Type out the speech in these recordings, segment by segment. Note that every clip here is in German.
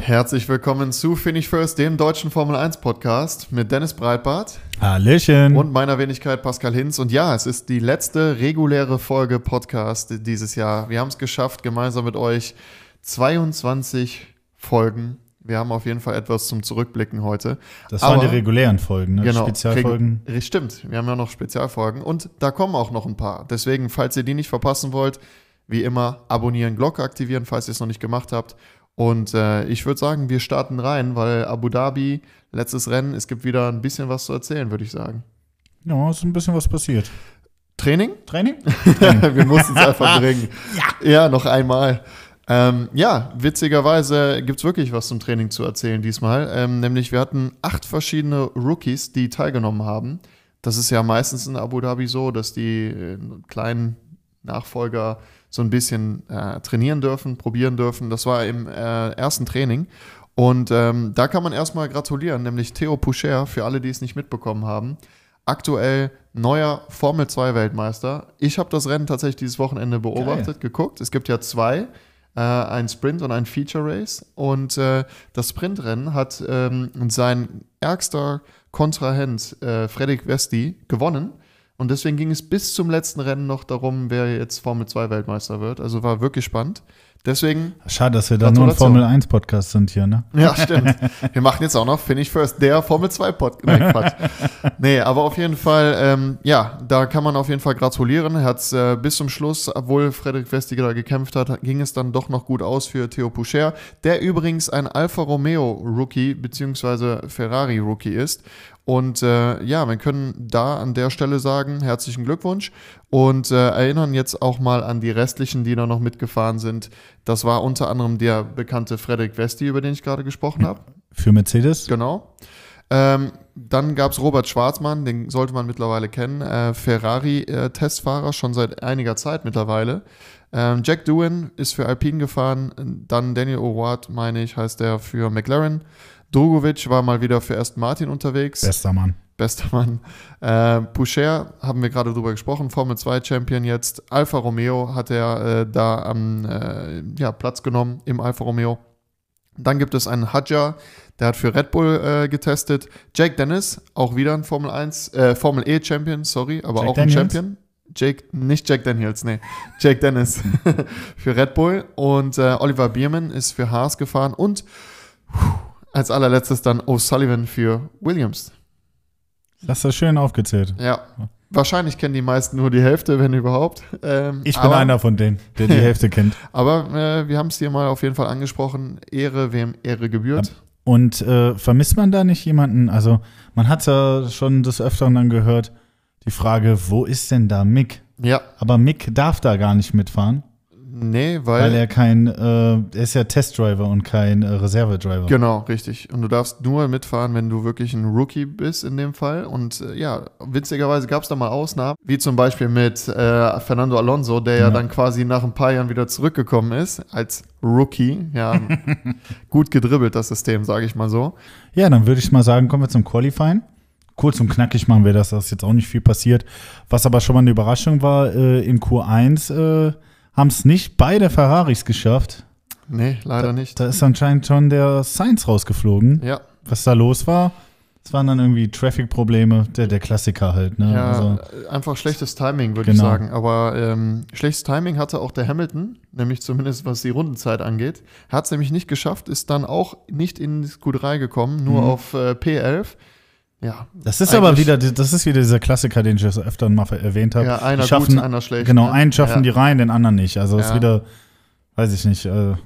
Herzlich willkommen zu Finish First, dem deutschen Formel 1 Podcast mit Dennis Breitbart Hallöchen. und meiner Wenigkeit Pascal Hinz. Und ja, es ist die letzte reguläre Folge Podcast dieses Jahr. Wir haben es geschafft, gemeinsam mit euch 22 Folgen. Wir haben auf jeden Fall etwas zum Zurückblicken heute. das waren die aber- Genau, regulären Folgen, ne? Spezialfolgen. Regu- Stimmt, wir haben ja noch Spezialfolgen und da kommen auch noch ein paar. Deswegen, falls ihr die nicht verpassen wollt, wie immer abonnieren, Glocke aktivieren, falls ihr es noch nicht gemacht habt. Und äh, ich würde sagen, wir starten rein, weil Abu Dhabi, letztes Rennen, es gibt wieder ein bisschen was zu erzählen, würde ich sagen. Ja, ist ein bisschen was passiert. Training? Training? wir mussten es einfach bringen. Ja. noch einmal. Ähm, ja, witzigerweise gibt es wirklich was zum Training zu erzählen diesmal. Ähm, nämlich wir hatten acht verschiedene Rookies, die teilgenommen haben. Das ist ja meistens in Abu Dhabi so, dass die äh, kleinen Nachfolger so ein bisschen äh, trainieren dürfen, probieren dürfen. Das war im äh, ersten Training. Und ähm, da kann man erstmal gratulieren, nämlich Theo Poucher, für alle, die es nicht mitbekommen haben. Aktuell neuer Formel 2 Weltmeister. Ich habe das Rennen tatsächlich dieses Wochenende beobachtet, geguckt. Es gibt ja zwei, äh, ein Sprint und ein Feature Race. Und äh, das Sprintrennen hat ähm, sein ärgster Kontrahent äh, Fredrik Westi gewonnen. Und deswegen ging es bis zum letzten Rennen noch darum, wer jetzt Formel 2 Weltmeister wird. Also war wirklich spannend. Deswegen, Schade, dass wir da nur ein Gratulation. Formel 1 Podcast sind hier, ne? ja, stimmt. Wir machen jetzt auch noch Finish First, der Formel 2 Podcast. Nein, Quatsch. nee, aber auf jeden Fall, ähm, ja, da kann man auf jeden Fall gratulieren. Er hat's äh, bis zum Schluss, obwohl Frederik Vestiger da gekämpft hat, ging es dann doch noch gut aus für Theo Poucher, der übrigens ein Alfa Romeo Rookie beziehungsweise Ferrari Rookie ist. Und äh, ja, wir können da an der Stelle sagen, herzlichen Glückwunsch und äh, erinnern jetzt auch mal an die restlichen, die da noch mitgefahren sind. Das war unter anderem der bekannte Frederik Westi, über den ich gerade gesprochen habe. Für Mercedes. Genau. Ähm, dann gab es Robert Schwarzmann, den sollte man mittlerweile kennen, äh, Ferrari-Testfahrer schon seit einiger Zeit mittlerweile. Ähm, Jack Doohan ist für Alpine gefahren, dann Daniel O'Ward, meine ich, heißt der für McLaren. Drogovic war mal wieder für Aston Martin unterwegs Bester Mann. bester Mann. Äh, Poucher, haben wir gerade drüber gesprochen, Formel 2 Champion jetzt. Alfa Romeo hat er äh, da am äh, ja, Platz genommen im Alfa Romeo. Dann gibt es einen Hadja, der hat für Red Bull äh, getestet. Jake Dennis, auch wieder ein Formel 1, äh, Formel E Champion, sorry, aber Jack auch Daniels? ein Champion. Jake, nicht Jack Daniels, nee, Jake Dennis für Red Bull und äh, Oliver Bierman ist für Haas gefahren und puh, als allerletztes dann O'Sullivan für Williams. Das hast du schön aufgezählt. Ja. Wahrscheinlich kennen die meisten nur die Hälfte, wenn überhaupt. Ähm, Ich bin aber, einer von denen, der die Hälfte kennt. Aber äh, wir haben es hier mal auf jeden Fall angesprochen. Ehre, wem Ehre gebührt. Und äh, vermisst man da nicht jemanden? Also, man hat ja schon des Öfteren dann gehört, die Frage, wo ist denn da Mick? Ja. Aber Mick darf da gar nicht mitfahren, Nee, weil. weil er kein, äh, er ist ja Testdriver und kein äh, Reservedriver. genau, richtig. Und du darfst nur mitfahren, wenn du wirklich ein Rookie bist in dem Fall. Und äh, ja, witzigerweise gab es da mal Ausnahmen, wie zum Beispiel mit äh, Fernando Alonso, der ja Ja. dann quasi nach ein paar Jahren wieder zurückgekommen ist als Rookie. Ja, gut gedribbelt das System, sage ich mal so. Ja, dann würde ich mal sagen, kommen wir zum Qualifying. Kurz und knackig machen wir das, dass jetzt auch nicht viel passiert. Was aber schon mal eine Überraschung war, äh, in Q1 äh, haben es nicht beide Ferraris geschafft. Nee, leider nicht. Da ist anscheinend schon der Sainz rausgeflogen. Ja, Was da los war, es waren dann irgendwie Traffic-Probleme, der, der Klassiker halt. Ne? Ja, Also, äh, einfach schlechtes Timing, würde ich Genau. sagen. Aber ähm, schlechtes Timing hatte auch der Hamilton, nämlich zumindest was die Rundenzeit angeht. Hat es nämlich nicht geschafft, ist dann auch nicht in die Q3 gekommen, Mhm. nur auf äh, P11. Ja, das ist aber eigentlich- wieder, das ist wieder dieser Klassiker, den ich jetzt öfter mal erwähnt habe. ja einer Die schaffen, gut, einer schlecht. Genau, ne? einen schaffen die ja. rein, den anderen nicht. Also ist Ja. wieder, weiß ich nicht, äh,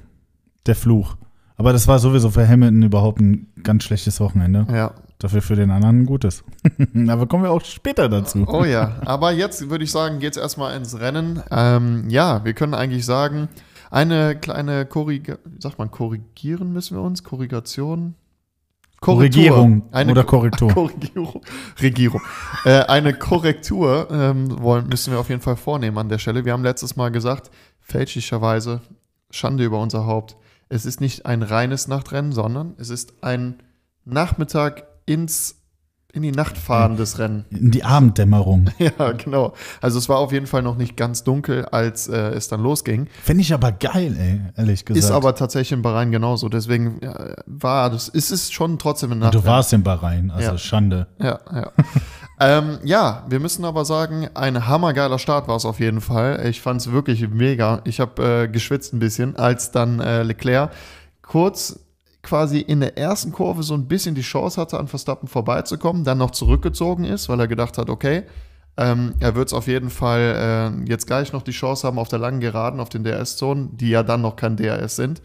der Fluch. Aber das war sowieso für Hamilton überhaupt ein ganz schlechtes Wochenende. Ja, Dafür für den anderen ein gutes. Aber kommen wir auch später dazu. oh ja. Aber jetzt würde ich sagen, geht es erstmal ins Rennen. Ähm, ja, wir können eigentlich sagen, eine kleine Korrig sagt man, korrigieren müssen wir uns? Korrigation? Korrektur. Korrigierung Eine oder Ko- Korrektur. Korrigierung. Regierung. äh, eine Korrektur ähm, wollen, müssen wir auf jeden Fall vornehmen an der Stelle. Wir haben letztes Mal gesagt, fälschlicherweise, Schande über unser Haupt. Es ist nicht ein reines Nachtrennen, sondern es ist ein Nachmittag ins in die Nacht fahren, Hm. das Rennen. In die Abenddämmerung. Ja, genau. Also es war auf jeden Fall noch nicht ganz dunkel, als äh, es dann losging. Fände ich aber geil, ey, ehrlich gesagt. Ist aber tatsächlich in Bahrain genauso. Deswegen ja, war das, es ist schon trotzdem ein Und Nachtrennen. du warst in Bahrain, also Ja. Schande. Ja, ja. ähm, ja, wir müssen aber sagen, ein hammergeiler Start war es auf jeden Fall. Ich fand es wirklich mega. Ich habe äh, geschwitzt ein bisschen, als dann äh, Leclerc kurz quasi in der ersten Kurve so ein bisschen die Chance hatte, an Verstappen vorbeizukommen, dann noch zurückgezogen ist, weil er gedacht hat, okay, ähm, er wird es auf jeden Fall äh, jetzt gleich noch die Chance haben auf der langen Geraden, auf den DRS-Zonen, die ja dann noch kein DRS sind,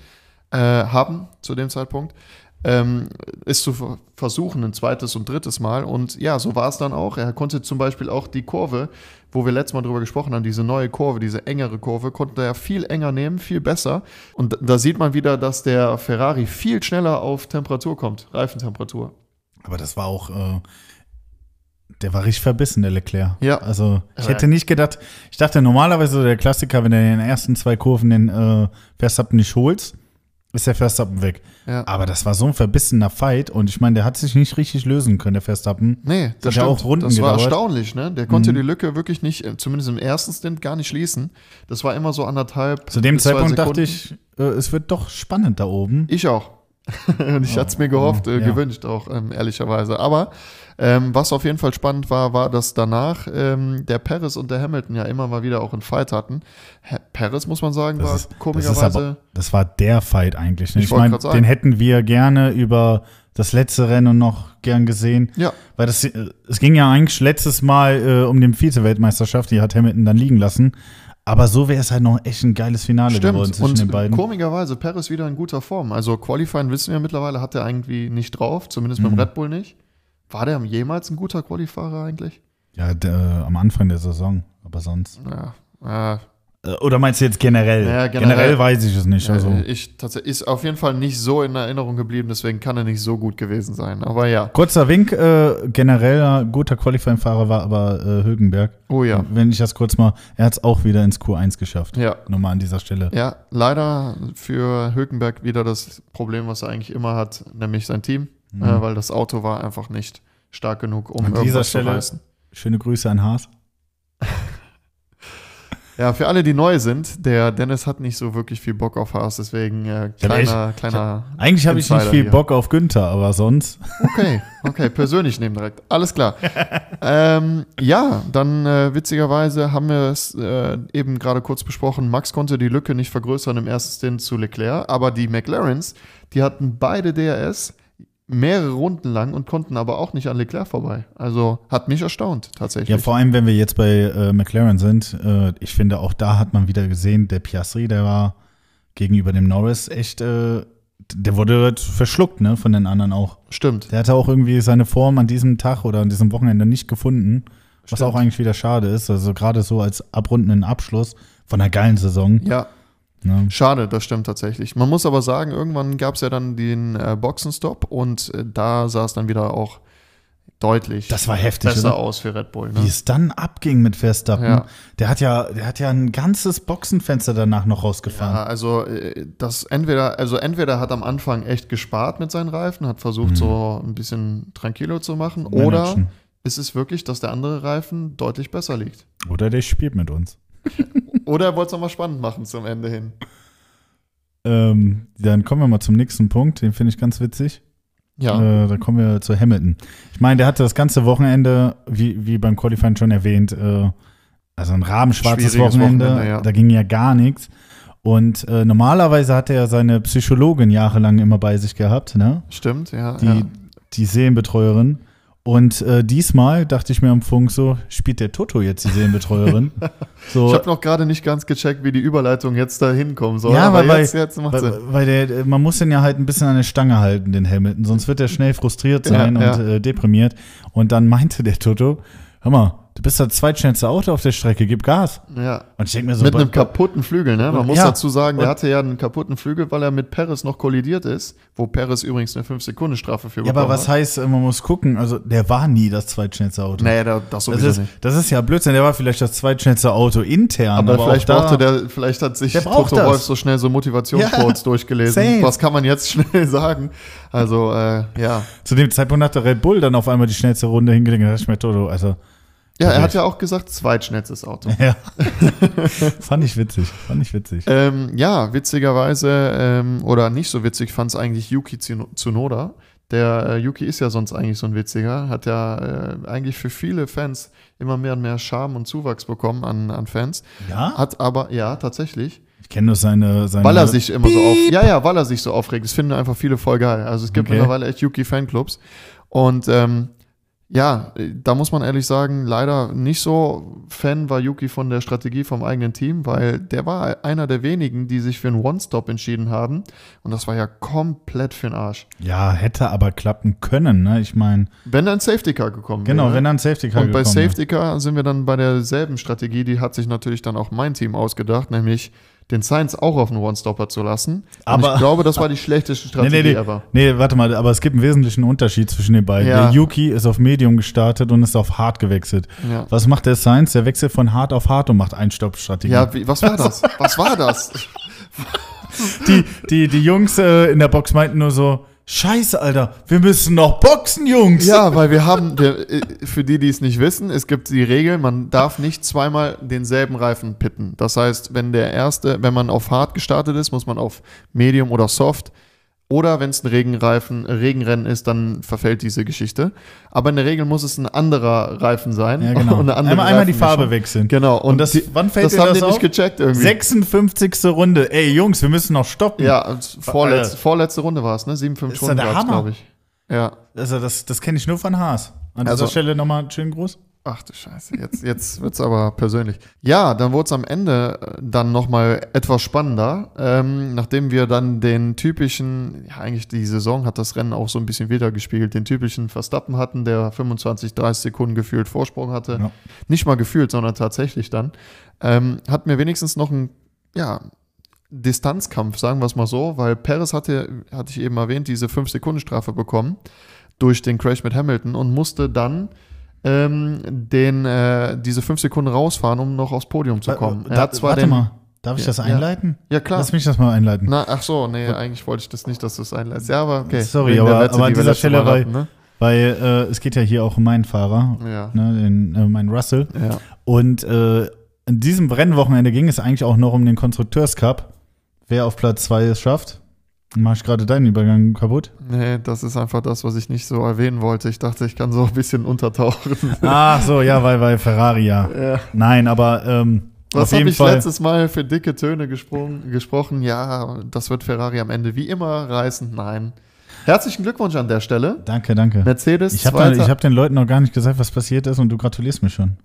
äh, haben zu dem Zeitpunkt, ähm, es zu ver- versuchen, ein zweites und drittes Mal. Und ja, so war es dann auch. Er konnte zum Beispiel auch die Kurve, wo wir letztes Mal drüber gesprochen haben, diese neue Kurve, diese engere Kurve, konnte er viel enger nehmen, viel besser. Und d- da sieht man wieder, dass der Ferrari viel schneller auf Temperatur kommt, Reifentemperatur. Aber das war auch, äh, der war richtig verbissen, der Leclerc. Ja. Also ich Aber- hätte nicht gedacht, ich dachte normalerweise der Klassiker, wenn du in den ersten zwei Kurven den äh, Verstappen nicht holst, ist der Verstappen weg. Ja. Aber das war so ein verbissener Fight und ich meine, der hat sich nicht richtig lösen können, der Verstappen. Nee, das ja stimmt. auch Runden das war gedauert. Mhm. erstaunlich, ne? Der konnte die Lücke wirklich nicht, äh, zumindest im ersten Stint, gar nicht schließen. Das war immer so anderthalb. Zu dem bis zwei Zeitpunkt dachte Sekunden. ich, äh, es wird doch spannend da oben. Ich auch. Und ich hatte es mir gehofft, äh, Oh, ja. gewünscht auch, ähm, ehrlicherweise. Aber ähm, was auf jeden Fall spannend war, war, dass danach ähm, der Paris und der Hamilton ja immer mal wieder auch einen Fight hatten. Ha Paris, muss man sagen, war das, komischerweise. ist aber, das war der Fight eigentlich. Ne? Ich Ich, wollte meine, grad sagen. den hätten wir gerne über das letzte Rennen noch gern gesehen. Ja. Weil das, äh, es ging ja eigentlich letztes Mal äh, um den Vize-Weltmeisterschaft, die hat Hamilton dann liegen lassen. Aber so wäre es halt noch echt ein geiles Finale geworden Stimmt, zwischen den und beiden. komischerweise, Paris wieder in guter Form. Also Qualifying wissen wir mittlerweile, hat er irgendwie nicht drauf, zumindest Mhm. beim Red Bull nicht. War der jemals ein guter Qualifierer eigentlich? Ja, d- äh, am Anfang der Saison, aber sonst. Ja, ja Äh, Oder meinst du jetzt generell? Ja, generell. generell? weiß ich es nicht. Also, äh, ich tatsächlich ist auf jeden Fall nicht so in Erinnerung geblieben, deswegen kann er nicht so gut gewesen sein. Aber ja, kurzer Wink, äh, generell äh, guter Qualifying-Fahrer war aber äh, Högenberg. oh ja. Wenn ich das kurz mal, er hat es auch wieder ins Q1 geschafft. Ja, Nochmal an dieser Stelle. Ja, leider für Hülkenberg wieder das Problem, was er eigentlich immer hat, nämlich sein Team, Mhm. äh, weil das Auto war einfach nicht stark genug, um An dieser irgendwas zu Stelle- reißen. Schöne Grüße an Haas. Ja, für alle, die neu sind, der Dennis hat nicht so wirklich viel Bock auf Haas, deswegen äh, Ja, aber kleiner, kleiner. Eigentlich habe ich nicht Insider viel hier. Bock auf Günther, aber sonst. Okay, okay, persönlich nehmen direkt. Alles klar. ähm, ja, dann äh, witzigerweise haben wir es äh, eben gerade kurz besprochen. Max konnte die Lücke nicht vergrößern im ersten Stint zu Leclerc, aber die McLarens, die hatten beide DRS mehrere Runden lang und konnten aber auch nicht an Leclerc vorbei. Also hat mich erstaunt Ja, tatsächlich. vor allem, wenn wir jetzt bei äh, McLaren sind, äh, ich finde, auch da hat man wieder gesehen, der Piastri, der war gegenüber dem Norris echt, äh, der wurde halt verschluckt, ne, von den anderen auch. Stimmt. Der hatte auch irgendwie seine Form an diesem Tag oder an diesem Wochenende nicht gefunden, was Stimmt. auch eigentlich wieder schade ist. Also gerade so als abrundenden Abschluss von einer geilen Saison. Ja, Ne? Schade, das stimmt tatsächlich. Man muss aber sagen, irgendwann gab es ja dann den äh, Boxenstopp und äh, da sah es dann wieder auch deutlich Das war heftig, besser oder? aus für Red Bull. Wie Ne? es dann abging mit Verstappen. Ja. Der hat ja, der hat ja ein ganzes Boxenfenster danach noch rausgefahren. Ja, also äh, das entweder, also entweder hat am Anfang echt gespart mit seinen Reifen, hat versucht so ein bisschen tranquilo zu machen, oder Mhm. Managen. ist es wirklich, dass der andere Reifen deutlich besser liegt? Oder der spielt mit uns. Oder er wollte es nochmal spannend machen zum Ende hin. Ähm, dann kommen wir mal zum nächsten Punkt, den finde ich ganz witzig. Ja, Äh, dann kommen wir zu Hamilton. Ich meine, der hatte das ganze Wochenende, wie, wie beim Qualifying schon erwähnt, äh, also ein rabenschwarzes Schwieriges Wochenende, Wochenende, ja. da ging ja gar nichts. Und äh, normalerweise hat er ja seine Psychologin jahrelang immer bei sich gehabt, ne? stimmt, ja. die, ja. die Seelenbetreuerin. Und äh, diesmal dachte ich mir am Funk so, spielt der Toto jetzt die Seelenbetreuerin? so, Ich habe noch gerade nicht ganz gecheckt, wie die Überleitung jetzt da hinkommen soll. Ja, weil, jetzt, jetzt macht Sinn. weil, weil der, man muss den ja halt ein bisschen an der Stange halten, den Hamilton, sonst wird er schnell frustriert sein Ja, und ja. Äh, deprimiert. Und dann meinte der Toto, hör mal, Du bist das zweitschnellste Auto auf der Strecke, gib Gas. Ja. Und ich denke mir so, mit also bei- einem kaputten Flügel, ne? Man muss Ja. dazu sagen, der Und- hatte ja einen kaputten Flügel, weil er mit Perez noch kollidiert ist, wo Perez übrigens eine 5-Sekunden-Strafe für ja, aber was hat. heißt, man muss gucken? Also, der war nie das zweitschnellste Auto. Nee, da, das das, sowieso ist, nicht. das ist ja Blödsinn. Der war vielleicht das zweitschnellste Auto intern. Aber, auch vielleicht da- brauchte der, vielleicht hat sich Der braucht Toto das. Wolf so schnell so Motivationsquotes Ja, durchgelesen. safe. Was kann man jetzt schnell sagen? Also, äh, ja. Zu dem Zeitpunkt hat der Red Bull dann auf einmal die schnellste Runde hingelegt. Da dachte ich mir, Toto, also, Ja, er Verrückt. hat ja auch gesagt, zweitschnellstes Auto. ja. fand ich witzig. Fand ich witzig. Ähm, ja, witzigerweise ähm, oder nicht so witzig fand es eigentlich Yuki Tsuno- Tsunoda. Der äh, Yuki ist ja sonst eigentlich so ein Witziger, hat ja äh, eigentlich für viele Fans immer mehr und mehr Charme und Zuwachs bekommen an, an Fans. Ja? Hat aber, ja, tatsächlich, Ich kenne nur seine, seine. weil er sich immer so auf, ja, ja, weil er sich so aufregt. Das finden einfach viele voll geil. Also es gibt Okay. mittlerweile echt Yuki-Fanclubs. Und ähm, ja, äh, da muss man ehrlich sagen, leider nicht so Fan war Yuki von der Strategie vom eigenen Team, weil der war einer der wenigen, die sich für einen One-Stop entschieden haben. Und das war ja komplett für den Arsch. Ja, hätte aber klappen können, ne? Ich meine, Wenn dann Safety Car gekommen genau, wäre. wenn dann Safety Car Und bei gekommen wäre. Safety Car sind wir dann bei derselben Strategie, die hat sich natürlich dann auch mein Team ausgedacht, nämlich den Science auch auf einen One-Stopper zu lassen. und Aber- ich glaube, das war die schlechteste Strategie nee, nee, ever. nee, warte mal, aber es gibt einen wesentlichen Unterschied zwischen den beiden. Ja. Der Yuki ist auf Medium gestartet und ist auf Hard gewechselt. Ja. Was macht der Science? Der wechselt von Hard auf Hard und macht Einstoppstrategie. Ja, wie, was war das? Was war das? Die, die, die Jungs äh, in der Box meinten nur so, Scheiße, Alter, wir müssen noch boxen, Jungs. Ja, weil wir haben, wir, äh, für die, die es nicht wissen, es gibt die Regel, man darf nicht zweimal denselben Reifen pitten. Das heißt, wenn der erste, wenn man auf hart gestartet ist, muss man auf Medium oder Soft. Oder wenn es ein Regenreifen, Regenrennen ist, dann verfällt diese Geschichte. Aber in der Regel muss es ein anderer Reifen sein. Ja, genau. Und eine andere einmal, einmal die Farbe Reifenmischung. wechseln. Genau. Und, Und das, die, wann fällt das dir haben das die auf? nicht gecheckt irgendwie. 56. Runde. Ey, Jungs, wir müssen noch stoppen. Genau. Ja, als vorletzte, Alter. vorletzte Runde war es, ne? 7, 5 Ist Stunden doch war der es, Hammer. glaube ich. Ja. Also, das, das kenne ich nur von Haas. An Also- dieser Stelle nochmal einen schönen Gruß. Ach du Scheiße, jetzt, jetzt wird's aber persönlich. Ja, dann wurde es am Ende äh, dann nochmal etwas spannender, ähm, nachdem wir dann den typischen, ja eigentlich die Saison hat das Rennen auch so ein bisschen wiedergespiegelt, den typischen Verstappen hatten, der 25, 30 Sekunden gefühlt Vorsprung hatte. Ja. Nicht mal gefühlt, sondern tatsächlich dann. Ähm, hat mir wenigstens noch ein, ja, Distanzkampf, sagen wir es mal so, weil Perez hatte, hatte ich eben erwähnt, diese 5-Sekunden-Strafe bekommen durch den Crash mit Hamilton und musste dann ähm, den, äh, diese 5 Sekunden rausfahren, um noch aufs Podium zu kommen. Da, äh, warte mal, darf ich das Ja. einleiten? Ja, klar. Lass mich das mal einleiten. Na, ach so, nee, eigentlich wollte ich das nicht, dass du es einlässt. Ja, aber okay. Sorry, Wegen der aber- aber die an wir dieser letztes Stelle, Mal weil- hatten, ne? Weil äh, es geht ja hier auch um meinen Fahrer, Ja. ne, den, äh, meinen Russell. ja. Und äh, in diesem Rennwochenende ging es eigentlich auch noch um den Konstrukteurscup. Wer auf Platz 2 es schafft, mache ich gerade deinen Übergang kaputt. Nee, das ist einfach das, was ich nicht so erwähnen wollte. Ich dachte, ich kann so ein bisschen untertauchen. Ach so, ja, weil, weil Ferrari ja. ja. Nein, aber ähm, auf Äh, Was habe jeden ich Fall. letztes Mal für dicke Töne gesprungen, gesprochen? Ja, das wird Ferrari am Ende wie immer reißen. Nein. Herzlichen Glückwunsch an der Stelle. Danke, danke. Mercedes, Ich habe zweiter- hab den Leuten noch gar nicht gesagt, was passiert ist und du gratulierst mir schon.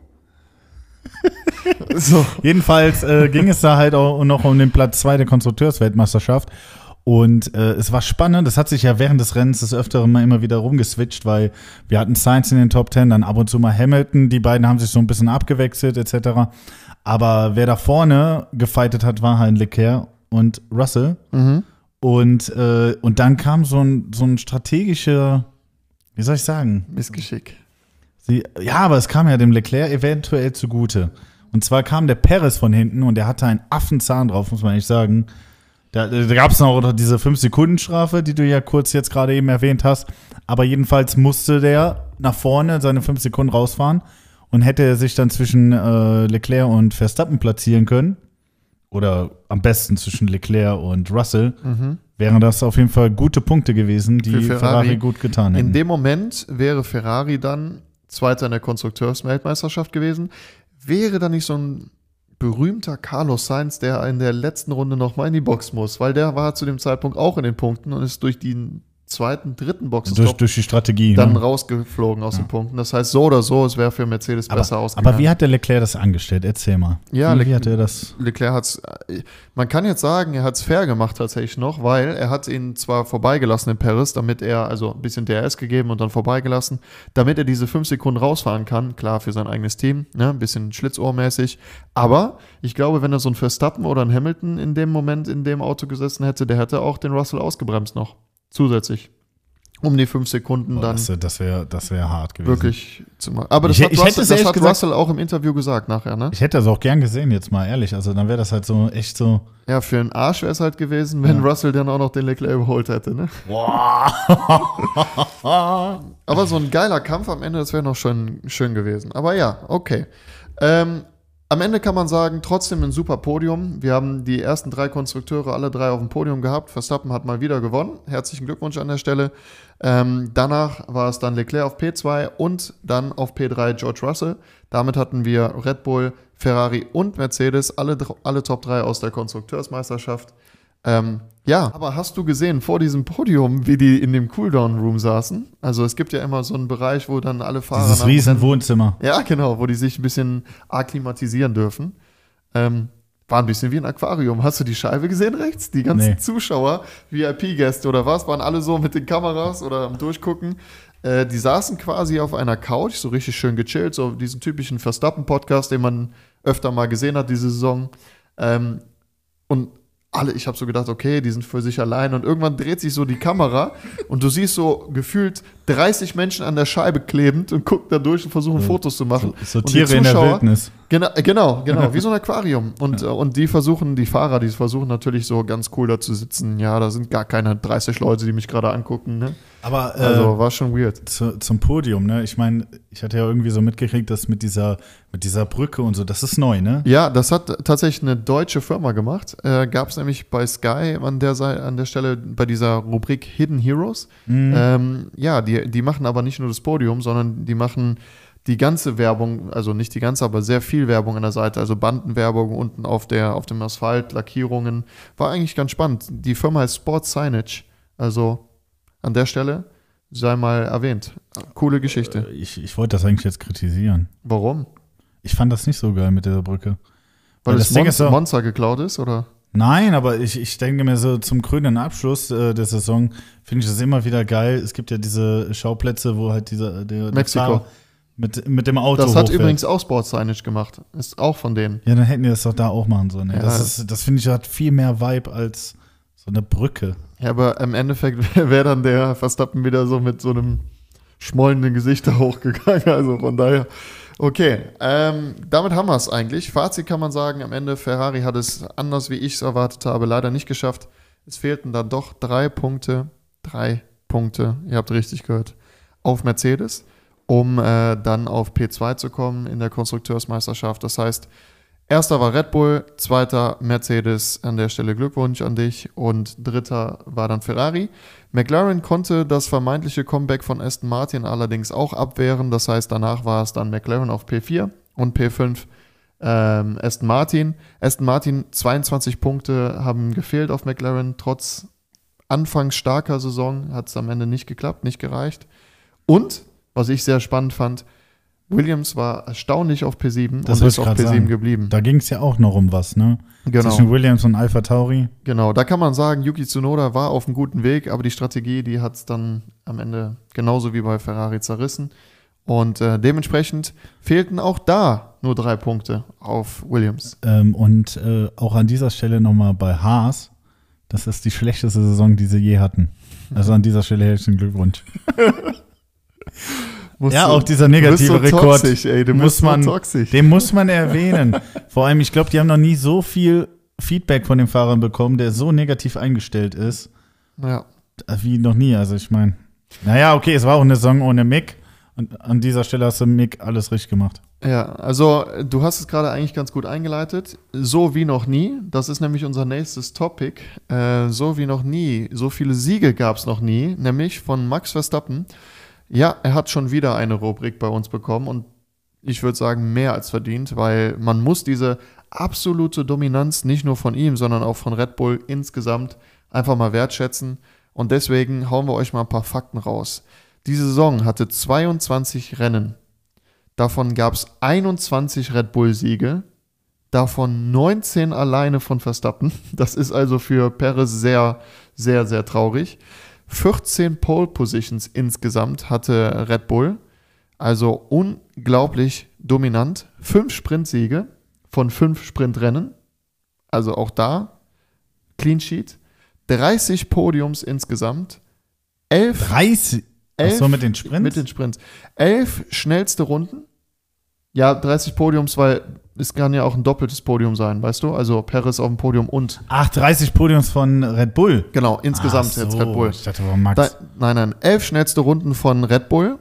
so. Jedenfalls äh, ging es da halt auch noch um den Platz 2 der Konstrukteursweltmeisterschaft. Und äh, es war spannend, das hat sich ja während des Rennens des Öfteren mal immer wieder rumgeswitcht, weil wir hatten Sainz in den Top 10, dann ab und zu mal Hamilton, die beiden haben sich so ein bisschen abgewechselt etc. Aber wer da vorne gefightet hat, war halt Leclerc und Russell. Mhm. Und, äh, und dann kam so ein, so ein strategischer, wie soll ich sagen, Missgeschick. Sie, ja, aber es kam ja dem Leclerc eventuell zugute. Und zwar kam der Perez von hinten und der hatte einen Affenzahn drauf, muss man nicht sagen. Da, da gab es noch diese 5-Sekunden-Strafe, die du ja kurz jetzt gerade eben erwähnt hast. Aber jedenfalls musste der nach vorne seine 5 Sekunden rausfahren. Und hätte er sich dann zwischen äh, Leclerc und Verstappen platzieren können, oder am besten zwischen Leclerc und Russell, wären das auf jeden Fall gute Punkte gewesen, die Mhm. Für Ferrari, Ferrari. gut In getan hätten. dem Moment wäre Ferrari dann Zweiter in der Konstrukteursweltmeisterschaft gewesen. Wäre da nicht so ein berühmter Carlos Sainz, der in der letzten Runde nochmal in die Box muss, weil der war zu dem Zeitpunkt auch in den Punkten und ist durch die zweiten, dritten Durch, Boxenstopp durch die Strategie. dann ne? rausgeflogen aus den Punkten. Das heißt, so oder so, es wäre für Mercedes besser aber, ausgegangen. aber wie hat der Leclerc das angestellt? Erzähl mal. Ja, wie, Lec- wie hat er das? Leclerc hat's, äh, man kann jetzt sagen, er hat es fair gemacht tatsächlich noch, weil er hat ihn zwar vorbeigelassen in Paris, damit er, also ein bisschen DRS gegeben und dann vorbeigelassen, damit er diese fünf Sekunden rausfahren kann, klar für sein eigenes Team, ne, ein bisschen schlitzohrmäßig, aber ich glaube, wenn er so ein Verstappen oder ein Hamilton in dem Moment in dem Auto gesessen hätte, der hätte auch den Russell ausgebremst noch, zusätzlich, um die fünf Sekunden Boah, dann das das wäre das wär hart gewesen. wirklich zu machen. Aber das Ich- hat, ich hätte Russell, es das ehrlich hat gesagt- Russell auch im Interview gesagt nachher, ne? Ich hätte das auch gern gesehen, jetzt mal ehrlich. Also dann wäre das halt so echt so. Ja, für einen Arsch wäre es halt gewesen, wenn Russell dann auch noch den Leclerc überholt hätte. Ne? Aber so ein geiler Kampf am Ende, das wäre noch schön, schön gewesen. Aber ja, okay. Ähm, am Ende kann man sagen, trotzdem ein super Podium. Wir haben die ersten drei Konstrukteure alle drei auf dem Podium gehabt. Verstappen hat mal wieder gewonnen. Herzlichen Glückwunsch an der Stelle. Ähm, danach war es dann Leclerc auf P2 und dann auf P3 George Russell. Damit hatten wir Red Bull, Ferrari und Mercedes, alle, dr- alle Top 3 aus der Konstrukteursmeisterschaft. Ähm, ja, aber hast du gesehen vor diesem Podium, wie die in dem Cooldown-Room saßen? Also es gibt ja immer so einen Bereich, wo dann alle Fahrer Dieses nach- riesen Wohnzimmer. ja, genau, wo die sich ein bisschen akklimatisieren dürfen. Ähm, war ein bisschen wie ein Aquarium. Hast du die Scheibe gesehen rechts? Die ganzen Nee. Zuschauer, VIP-Gäste oder was, waren alle so mit den Kameras oder am Durchgucken. Äh, die saßen quasi auf einer Couch, so richtig schön gechillt, so diesen typischen Verstappen-Podcast, den man öfter mal gesehen hat diese Saison. Ähm, und alle, ich habe so gedacht, okay, die sind für sich allein. Und irgendwann dreht sich so die Kamera und du siehst so gefühlt 30 Menschen an der Scheibe klebend und gucken da durch und versuchen Fotos zu machen. So und die Tiere in der Zuschauer- Wildnis. Genau, äh, genau, genau, wie so ein Aquarium. Und, äh, und die versuchen, die Fahrer, die versuchen natürlich so ganz cool da zu sitzen. Ja, da sind gar keine 30 Leute, die mich gerade angucken. Ne? Aber äh, Also war schon weird. zu, zum Podium, ne? Ich meine, ich hatte ja irgendwie so mitgekriegt, dass mit dieser, mit dieser Brücke und so, das ist neu, ne? Ja, das hat tatsächlich eine deutsche Firma gemacht. Äh, Gab es nämlich bei Sky an der, Sei- an der Stelle bei dieser Rubrik Hidden Heroes. Mhm. Hm. Ähm, ja, die, die machen aber nicht nur das Podium, sondern die machen die ganze Werbung, also nicht die ganze, aber sehr viel Werbung an der Seite, also Bandenwerbung unten auf, der, auf dem Asphalt, Lackierungen. War eigentlich ganz spannend. Die Firma heißt Sports Signage. Also an der Stelle sei mal erwähnt. Coole Geschichte. Ich, ich wollte das eigentlich jetzt kritisieren. Warum? Ich fand das nicht so geil mit dieser Brücke. Weil Weil das, das Ding Mon ist so- Monster geklaut ist, oder? Nein, aber ich, ich denke mir so zum krönenden Abschluss äh, der Saison finde ich das immer wieder geil. Es gibt ja diese Schauplätze, wo halt dieser der, der Mexiko. Fahrer mit, mit dem Auto Das hat hochfährt. übrigens auch Sports Signage gemacht. Ist auch von denen. Ja, dann hätten die das doch da auch machen sollen. ey. Ja. Das, ist- das finde ich hat viel mehr Vibe als so eine Brücke. Ja, aber im Endeffekt wäre dann der Verstappen wieder so mit so einem schmollenden Gesicht da hochgegangen. Also von daher. Okay, ähm, damit haben wir es eigentlich. Fazit kann man sagen, am Ende Ferrari hat es anders, wie ich es erwartet habe, leider nicht geschafft. Es fehlten dann doch drei Punkte, drei Punkte, ihr habt richtig gehört, auf Mercedes, um äh, dann auf P2 zu kommen in der Konstrukteursmeisterschaft. Das heißt, Erster war Red Bull, zweiter Mercedes, an der Stelle Glückwunsch an dich und dritter war dann Ferrari. McLaren konnte das vermeintliche Comeback von Aston Martin allerdings auch abwehren, das heißt danach war es dann McLaren auf P4 und P5 ähm, Aston Martin. Aston Martin 22 Punkte haben gefehlt auf McLaren, trotz anfangs starker Saison hat es am Ende nicht geklappt, nicht gereicht. Und, was ich sehr spannend fand, Williams war erstaunlich auf P7 Das und wollte ist ich auf grad P7 sagen. geblieben. Da ging es ja auch noch um was, ne? Genau, Zwischen Williams und Alpha Tauri. genau. Da kann man sagen, Yuki Tsunoda war auf einem guten Weg, aber die Strategie, die hat es dann am Ende genauso wie bei Ferrari zerrissen. Und äh, dementsprechend fehlten auch da nur drei Punkte auf Williams. Ähm, und äh, auch an dieser Stelle nochmal bei Haas. Das ist die schlechteste Saison, die sie je hatten. Also an dieser Stelle herzlichen Glückwunsch. Musst ja, du- auch dieser du bist negative so Rekord, Toxisch, ey, du muss bist man, so toxisch. den muss man erwähnen. Vor allem, ich glaube, die haben noch nie so viel Feedback von den Fahrern bekommen, der so negativ eingestellt ist, Ja. äh, wie noch nie. Also ich meine, naja, okay, es war auch eine Saison ohne Mick. Und an dieser Stelle hast du Mick alles richtig gemacht. Ja, also äh, du hast es gerade eigentlich ganz gut eingeleitet. So wie noch nie, das ist nämlich unser nächstes Topic. Äh, so wie noch nie, so viele Siege gab es noch nie, nämlich von Max Verstappen. Ja, er hat schon wieder eine Rubrik bei uns bekommen und ich würde sagen, mehr als verdient, weil man muss diese absolute Dominanz nicht nur von ihm, sondern auch von Red Bull insgesamt einfach mal wertschätzen. Und deswegen hauen wir euch mal ein paar Fakten raus. Diese Saison hatte 22 Rennen. Davon gab es 21 Red Bull-Siege, davon 19 alleine von Verstappen. Das ist also für Perez sehr, sehr, sehr traurig. 14 Pole Positions insgesamt hatte Red Bull. Also unglaublich dominant. Fünf Sprintsiege von fünf Sprintrennen. Also auch da Clean Sheet. 30 Podiums insgesamt. 11 30? Ach elf so, mit den Sprints? mit den Sprints. Elf schnellste Runden. Ja, 30 Podiums, weil es kann ja auch ein doppeltes Podium sein, weißt du? Also Perez auf dem Podium und Ach, 30 Podiums von Red Bull. genau, insgesamt Ach so, jetzt Red Bull. Ich dachte, warum Max? Da, nein, nein, elf schnellste Runden von Red Bull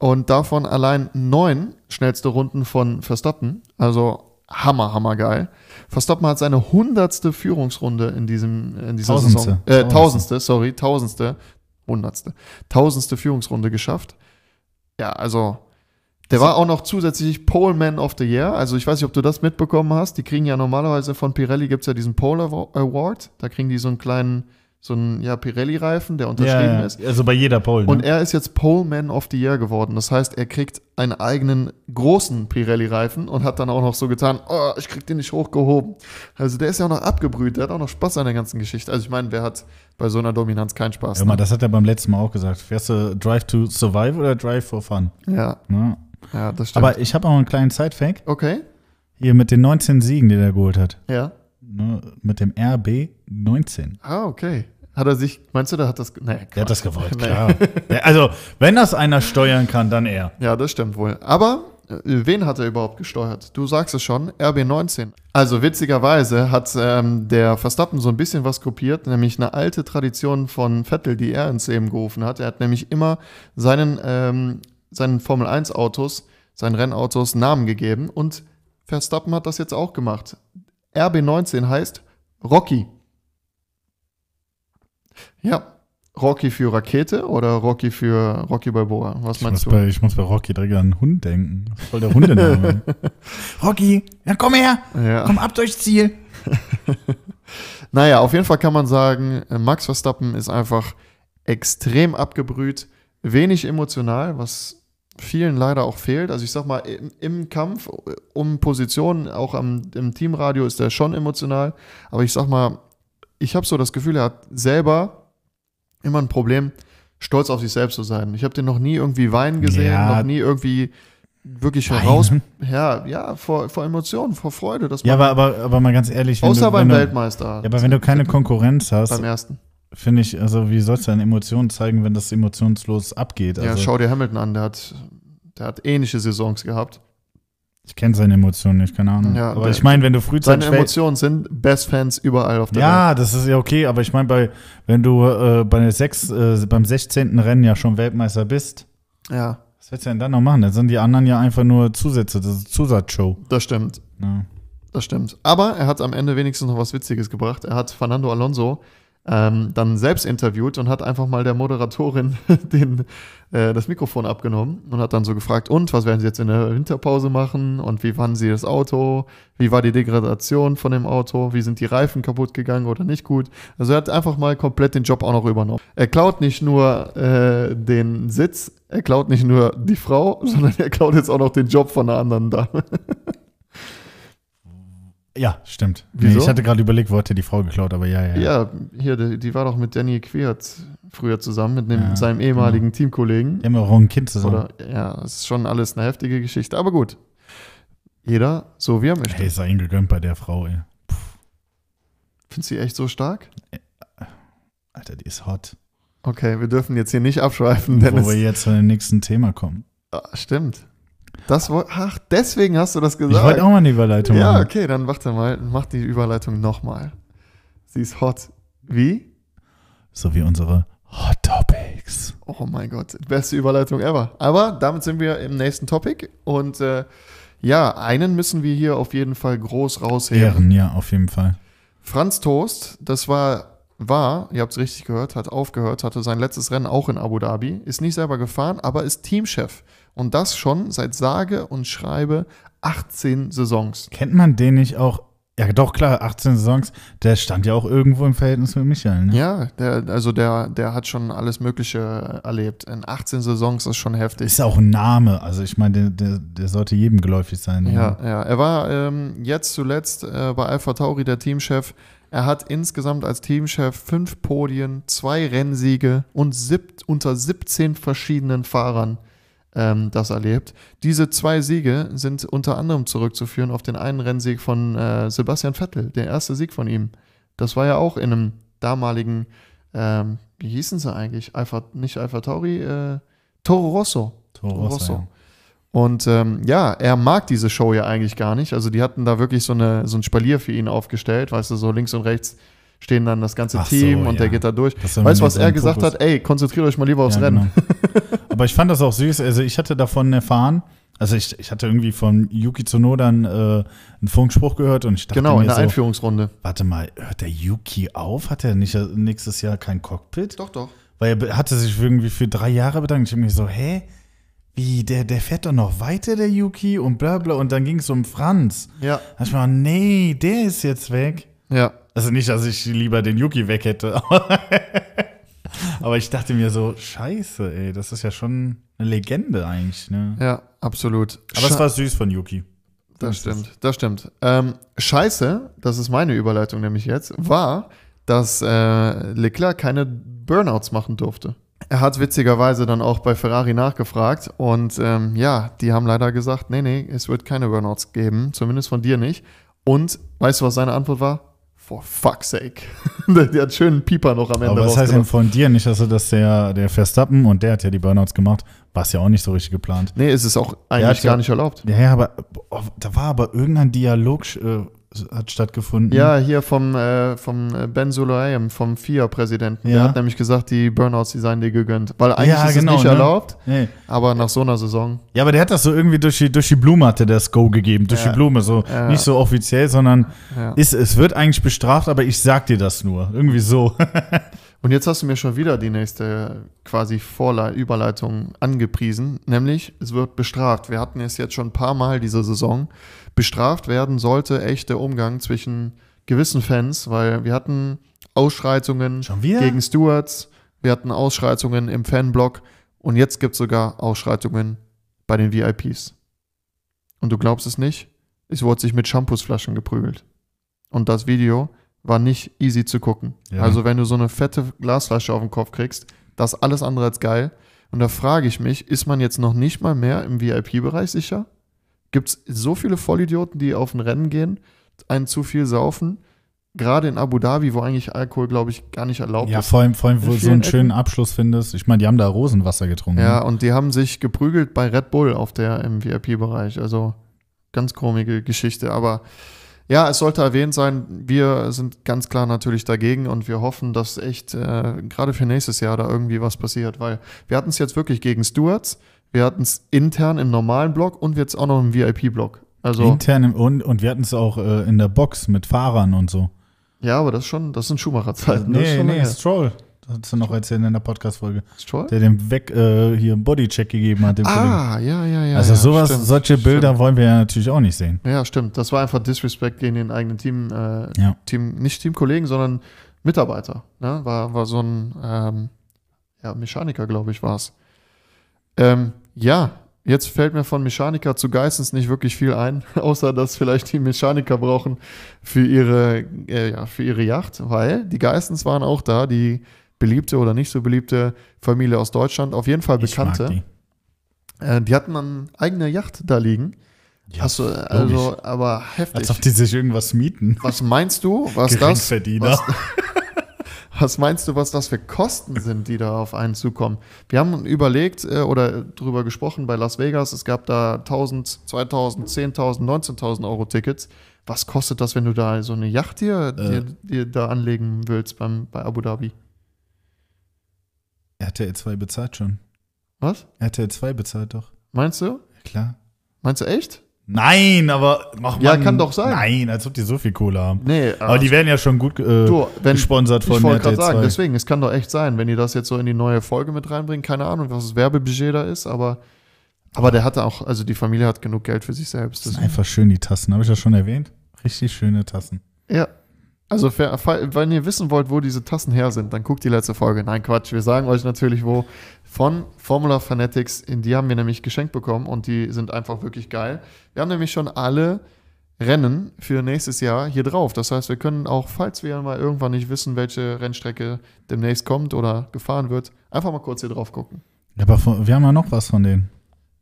und davon allein neun schnellste Runden von Verstappen. Also hammer, hammer geil. Verstappen hat seine hundertste Führungsrunde in diesem in dieser Tausendste. Saison. Äh, Tausendste. tausendste, sorry, tausendste, hundertste, tausendste Führungsrunde geschafft. Ja, also der war auch noch zusätzlich Pole Man of the Year. Also ich weiß nicht, ob du das mitbekommen hast. Die kriegen ja normalerweise von Pirelli gibt es ja diesen Pole Awa- Award. Da kriegen die so einen kleinen, so einen ja, Pirelli-Reifen, der unterschrieben ist. Also bei jeder Pole. Und ne? er ist jetzt Poleman of the Year geworden. Das heißt, er kriegt einen eigenen großen Pirelli-Reifen und hat dann auch noch so getan, oh, ich krieg den nicht hochgehoben. Also der ist ja auch noch abgebrüht, der hat auch noch Spaß an der ganzen Geschichte. Also ich meine, wer hat bei so einer Dominanz keinen Spaß? Hör mal, das hat er beim letzten Mal auch gesagt. Fährst du Drive to Survive oder Drive for Fun? ne? ja, Ne? ja, das stimmt. Aber ich habe auch einen kleinen Side-Fact. okay, Hier mit den 19 Siegen, die er geholt hat. ja. Ne? Mit dem RB 19. Ah, okay. Hat er sich, meinst du, der hat das, nee, Der hat das gewollt, Nee. klar. Der- Also, wenn das einer steuern kann, dann er. Ja, das stimmt wohl. Aber äh, wen hat er überhaupt gesteuert? Du sagst es schon, RB19. Also witzigerweise hat ähm, der Verstappen so ein bisschen was kopiert, nämlich eine alte Tradition von Vettel, die er ins Leben gerufen hat. Er hat nämlich immer seinen, ähm, seinen Formel-1-Autos, seinen Rennautos Namen gegeben und Verstappen hat das jetzt auch gemacht. RB19 heißt Rocky. Ja, Rocky für Rakete oder Rocky für Rocky Balboa? Was Ich muss, meinst du? bei, ich muss bei Rocky direkt an einen Hund denken. Das ist voll der Hundename. Rocky, ja, komm her, Ja. komm ab durchs Ziel. Naja, auf jeden Fall kann man sagen, äh, Max Verstappen ist einfach extrem abgebrüht, wenig emotional, was vielen leider auch fehlt. Also ich sag mal, im, im Kampf äh, um Positionen, auch am, im Teamradio ist er schon emotional. Aber ich sag mal, ich habe so das Gefühl, er hat selber immer ein Problem, stolz auf sich selbst zu sein. Ich habe den noch nie irgendwie weinen gesehen, Ja. noch nie irgendwie wirklich Weinen? heraus, ja, ja, vor, vor Emotionen, vor Freude, dass Ja, man, aber, aber, aber mal ganz ehrlich, außer du, beim du, ja, Weltmeister, aber wenn du keine Konkurrenz hast, beim ersten. finde ich, also wie sollst du deine Emotionen zeigen, wenn das emotionslos abgeht? ja, Also, schau dir Hamilton an, der hat, der hat ähnliche Saisons gehabt. ich kenne seine Emotionen nicht, keine Ahnung. Ja, aber der- ich meine, wenn du Seine frühzeitig wel- Emotionen sind Best Fans überall auf der Welt. Ja, das ist ja okay, aber ich meine, bei, wenn du äh, bei der sechs, äh, beim 16. Rennen ja schon Weltmeister bist, Ja, was willst du denn dann noch machen? Dann sind die anderen ja einfach nur Zusätze, das ist Zusatzshow. ne? das stimmt. Ja. Das stimmt. Aber er hat am Ende wenigstens noch was Witziges gebracht. Er hat Fernando Alonso ähm, dann selbst interviewt und hat einfach mal der Moderatorin den, äh, das Mikrofon abgenommen und hat dann so gefragt, und was werden Sie jetzt in der Winterpause machen und wie fanden Sie das Auto? Wie war die Degradation von dem Auto? Wie sind die Reifen kaputt gegangen oder nicht gut? Also er hat einfach mal komplett den Job auch noch übernommen. Er klaut nicht nur äh, den Sitz, er klaut nicht nur die Frau, sondern er klaut jetzt auch noch den Job von einer anderen Dame. Ja, stimmt. Nee, Wieso? ich hatte gerade überlegt, wo hat dir die Frau geklaut, aber ja, ja. Ja, hier, die, die war doch mit Danny Queert früher zusammen, mit dem, Ja, seinem ehemaligen Teamkollegen. Die haben ja auch ein Kind zusammen. Oder ja, es ist schon alles eine heftige Geschichte. Aber gut. Jeder, so wie er möchte. Hey, sei ihm gegönnt bei der Frau, ey. Findest du die echt so stark? Alter, die ist hot. Okay, wir dürfen jetzt hier nicht abschweifen, Wo wir Dennis. jetzt zu dem nächsten Thema kommen. Ah, stimmt. Das wo, ach, deswegen hast du das Ich wollte gesagt. auch mal eine Überleitung ja, machen. okay, dann warte mal, mach die Überleitung nochmal. Sie ist hot. Wie? So wie unsere Hot Topics. Oh mein Gott, beste Überleitung ever. Aber damit sind wir im nächsten Topic. Und äh, ja, einen müssen wir hier auf jeden Fall groß rausheben. Ehren, ja, auf jeden Fall. Franz Toast, das war, war, ihr habt es richtig gehört, hat aufgehört, hatte sein letztes Rennen auch in Abu Dhabi, ist nicht selber gefahren, aber ist Teamchef. Und das schon seit sage und schreibe 18 Saisons. Kennt man den nicht auch Ja, doch, klar, 18 Saisons. Der stand ja auch irgendwo im Verhältnis mit Michael. Ne? Ja, der, also der, der hat schon alles Mögliche erlebt. In 18 Saisons ist schon heftig. Ist ja auch ein Name. Also, ich meine, der, der, der sollte jedem geläufig sein. Ja, ja. Er war ähm, jetzt zuletzt äh, bei Alpha Tauri der Teamchef. Er hat insgesamt als Teamchef fünf Podien, zwei Rennsiege und sieb unter 17 verschiedenen Fahrern ähm, das erlebt. Diese zwei Siege sind unter anderem zurückzuführen auf den einen Rennsieg von äh, Sebastian Vettel, der erste Sieg von ihm. Das war ja auch in einem damaligen, ähm, wie hießen sie eigentlich? Alpha, nicht Alpha Tauri, äh, Toro Rosso. Toro Rosso, ja. Und ähm, ja, er mag diese Show ja eigentlich gar nicht. Also die hatten da wirklich so, eine, so ein Spalier für ihn aufgestellt, weißt du, so links und rechts stehen dann das ganze Ach so, Team und ja. der geht da durch. Weißt Das ist du, irgendwie was so er ein gesagt Fokus. hat? Ey, konzentriert euch mal lieber aufs Ja, Rennen. genau. Aber ich fand das auch süß. Also ich hatte davon erfahren, also ich, ich hatte irgendwie von Yuki Tsunoda einen, äh, einen Funkspruch gehört und ich dachte Genau, mir in der so, Einführungsrunde. warte mal, hört der Yuki auf? Hat er nicht äh, nächstes Jahr kein Cockpit? Doch, doch. Weil er be- hatte sich irgendwie für drei Jahre bedankt. Ich habe mir so, hä? Wie, der, der fährt doch noch weiter, der Yuki und bla bla. Und dann ging es um Franz. Ja, Da hab ich mir gedacht, nee, der ist jetzt weg. ja. Also nicht, dass ich lieber den Yuki weg hätte. Aber ich dachte mir so, scheiße, ey, das ist ja schon eine Legende eigentlich, ne? Ja, absolut. Aber Scha- es war süß von Yuki. das stimmt, das stimmt. Ähm, Scheiße, das ist meine Überleitung nämlich jetzt, war, dass äh, Leclerc keine Burnouts machen durfte. Er hat witzigerweise dann auch bei Ferrari nachgefragt und ähm, ja, die haben leider gesagt, nee, nee, es wird keine Burnouts geben, zumindest von dir nicht. Und weißt du, was seine Antwort war? For fuck's sake. die hat schönen Pieper noch am Ende Aber was heißt denn rausgelassen. von dir nicht, also dass der, der Verstappen und der hat ja die Burnouts gemacht, war es ja auch nicht so richtig geplant. Nee, es ist auch hat eigentlich ja- gar nicht erlaubt. Ja, ja, aber boah, da war aber irgendein Dialog äh, hat stattgefunden. Ja, hier vom, äh, vom äh, Ben Sulayem, vom FIA-Präsidenten. Der Ja. hat nämlich gesagt, die Burnouts, die seien dir gegönnt. Weil eigentlich Ja, ist genau, es nicht ne? erlaubt, Nee. aber nach so einer Saison. Ja, aber der hat das so irgendwie durch die, durch die Blume hatte der das Go gegeben, durch Ja. die Blume, so Ja. nicht so offiziell, sondern Ja. ist, es wird eigentlich bestraft, aber ich sag dir das nur. Irgendwie so. Und jetzt hast du mir schon wieder die nächste quasi Vorlei Überleitung angepriesen, nämlich es wird bestraft. Wir hatten es jetzt schon ein paar Mal diese Saison. Bestraft werden sollte echt der Umgang zwischen gewissen Fans, weil wir hatten Ausschreitungen Schon wieder? gegen Stewards, wir hatten Ausschreitungen im Fanblock und jetzt gibt es sogar Ausschreitungen bei den VIPs. Und du glaubst es nicht, es wurde sich mit Shampoosflaschen geprügelt. Und das Video war nicht easy zu gucken. Ja. Also wenn du so eine fette Glasflasche auf den Kopf kriegst, das ist alles andere als geil. Und da frage ich mich, ist man jetzt noch nicht mal mehr im VIP-Bereich sicher? Gibt es so viele Vollidioten, die auf ein Rennen gehen, einen zu viel saufen? Gerade in Abu Dhabi, wo eigentlich Alkohol, glaube ich, gar nicht erlaubt Ja, ist. vor allem, vor allem in wo du so vielen einen schönen Abschluss findest. Ich meine, die haben da Rosenwasser getrunken. ne? Ja, und die haben sich geprügelt bei Red Bull auf der im VIP-Bereich. Also ganz komische Geschichte. Aber ja, es sollte erwähnt sein, wir sind ganz klar natürlich dagegen und wir hoffen, dass echt äh, gerade für nächstes Jahr da irgendwie was passiert, weil wir hatten es jetzt wirklich gegen Stewards, wir hatten es intern im normalen Block und jetzt auch noch im VIP-Block. Also Intern im, und, und wir hatten es auch äh, in der Box mit Fahrern und so. ja, aber das ist schon, das sind Schumacher-Zeiten. das ist Nee, schon nee, lange her. Stroll. Das hast du noch erzählt in der Podcast-Folge. Ist toll. Der dem weg äh, hier einen Bodycheck gegeben hat. Dem Kollegen. Ah, ja, ja, ja. also ja, sowas, stimmt, solche stimmt. Bilder wollen wir ja natürlich auch nicht sehen. Ja, stimmt. Das war einfach Disrespect gegen den eigenen Team, äh, Ja. Team nicht Teamkollegen, sondern Mitarbeiter. Ne? War, war so ein ähm, ja, Mechaniker, glaube ich, war es. Ähm, ja, jetzt fällt mir von Mechaniker zu Geissens nicht wirklich viel ein, außer dass vielleicht die Mechaniker brauchen für ihre, äh, ja, für ihre Yacht, weil die Geissens waren auch da, die beliebte oder nicht so beliebte Familie aus Deutschland, auf jeden Fall Ich mag Bekannte. die. die. Äh, die hatten eine eigene Yacht da liegen. Ja, Hast du, logisch. also, aber heftig. Als ob die sich irgendwas mieten. Was meinst du, was das, Geringverdiener. was meinst du, was das für Kosten sind, die da auf einen zukommen? Wir haben überlegt äh, oder drüber gesprochen bei Las Vegas, es gab da 1000, 2000, 10.000, 19.000 Euro Tickets. Was kostet das, wenn du da so eine Yacht dir, Äh. dir, dir da anlegen willst beim, bei Abu Dhabi? RTL 2 bezahlt schon. Was? RTL 2 bezahlt doch. Meinst du? Ja, klar. Meinst du echt? Nein, aber mach mal. Ja, kann doch sein. Nein, als ob die so viel Kohle haben. Nee, Aber die werden ja schon gut äh, Du, wenn- gesponsert von ich wollte RTL gerade sagen, 2. deswegen, es kann doch echt sein, wenn die das jetzt so in die neue Folge mit reinbringen. Keine Ahnung, was das Werbebudget da ist, aber, aber der hatte auch, also die Familie hat genug Geld für sich selbst. Das Das sind einfach schön die Tassen, habe ich ja schon erwähnt. Richtig schöne Tassen. Ja. Also, fa- fa- wenn ihr wissen wollt, wo diese Tassen her sind, dann guckt die letzte Folge. Nein, Quatsch, wir sagen euch natürlich wo. Von Formula Fanatics, in die haben wir nämlich geschenkt bekommen und die sind einfach wirklich geil. Wir haben nämlich schon alle Rennen für nächstes Jahr hier drauf. Das heißt, wir können auch, falls wir mal irgendwann nicht wissen, welche Rennstrecke demnächst kommt oder gefahren wird, einfach mal kurz hier drauf gucken. Ja, Aber von, wir haben ja noch was von denen.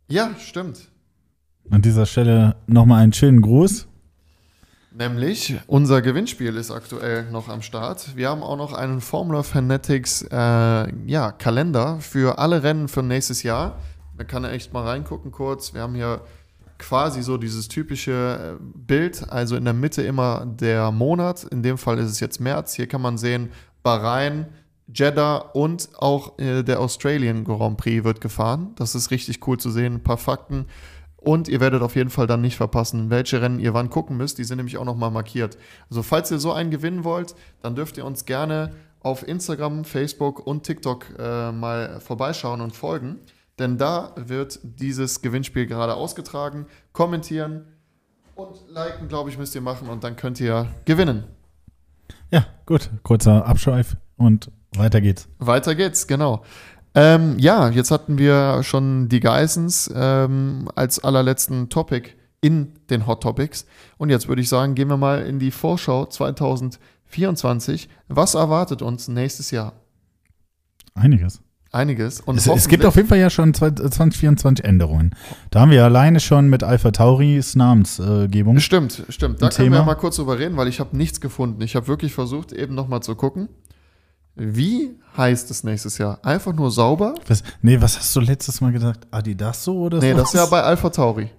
Ja, stimmt. An dieser Stelle nochmal einen schönen Gruß. Nämlich, unser Gewinnspiel ist aktuell noch am Start. Wir haben auch noch einen Formula Fanatics äh, ja, Kalender für alle Rennen für nächstes Jahr. Da kann er echt mal reingucken kurz. Wir haben hier quasi so dieses typische äh, Bild, also in der Mitte immer der Monat. In dem Fall ist es jetzt März. Hier kann man sehen, Bahrain, Jeddah und auch äh, der Australian Grand Prix wird gefahren. Das ist richtig cool zu sehen. Ein paar Fakten. Und ihr werdet auf jeden Fall dann nicht verpassen, welche Rennen ihr wann gucken müsst. Die sind nämlich auch nochmal markiert. Also falls ihr so einen gewinnen wollt, dann dürft ihr uns gerne auf Instagram, Facebook und TikTok äh, mal vorbeischauen und folgen. Denn da wird dieses Gewinnspiel gerade ausgetragen. Kommentieren und liken, glaube ich, müsst ihr machen und dann könnt ihr gewinnen. Ja, gut. Kurzer Abschweif und weiter geht's. Weiter geht's, genau. Ähm, ja, jetzt hatten wir schon die Geissens ähm, als allerletzten Topic in den Hot Topics. Und jetzt würde ich sagen, gehen wir mal in die Vorschau 2024. Was erwartet uns nächstes Jahr? Einiges. Einiges. Und Es, es gibt auf jeden Fall ja schon 2024 Änderungen. Da haben wir ja alleine schon mit Alpha Tauris Namensgebung. Stimmt, stimmt. Da ein können wir Thema. mal kurz drüber reden, weil ich habe nichts gefunden. Ich habe wirklich versucht, eben nochmal zu gucken. Wie heißt es nächstes Jahr? Einfach nur sauber? was, nee, was hast du letztes Mal gesagt? Adidasso oder Nee, das ist sowas? ja bei Alpha Tauri.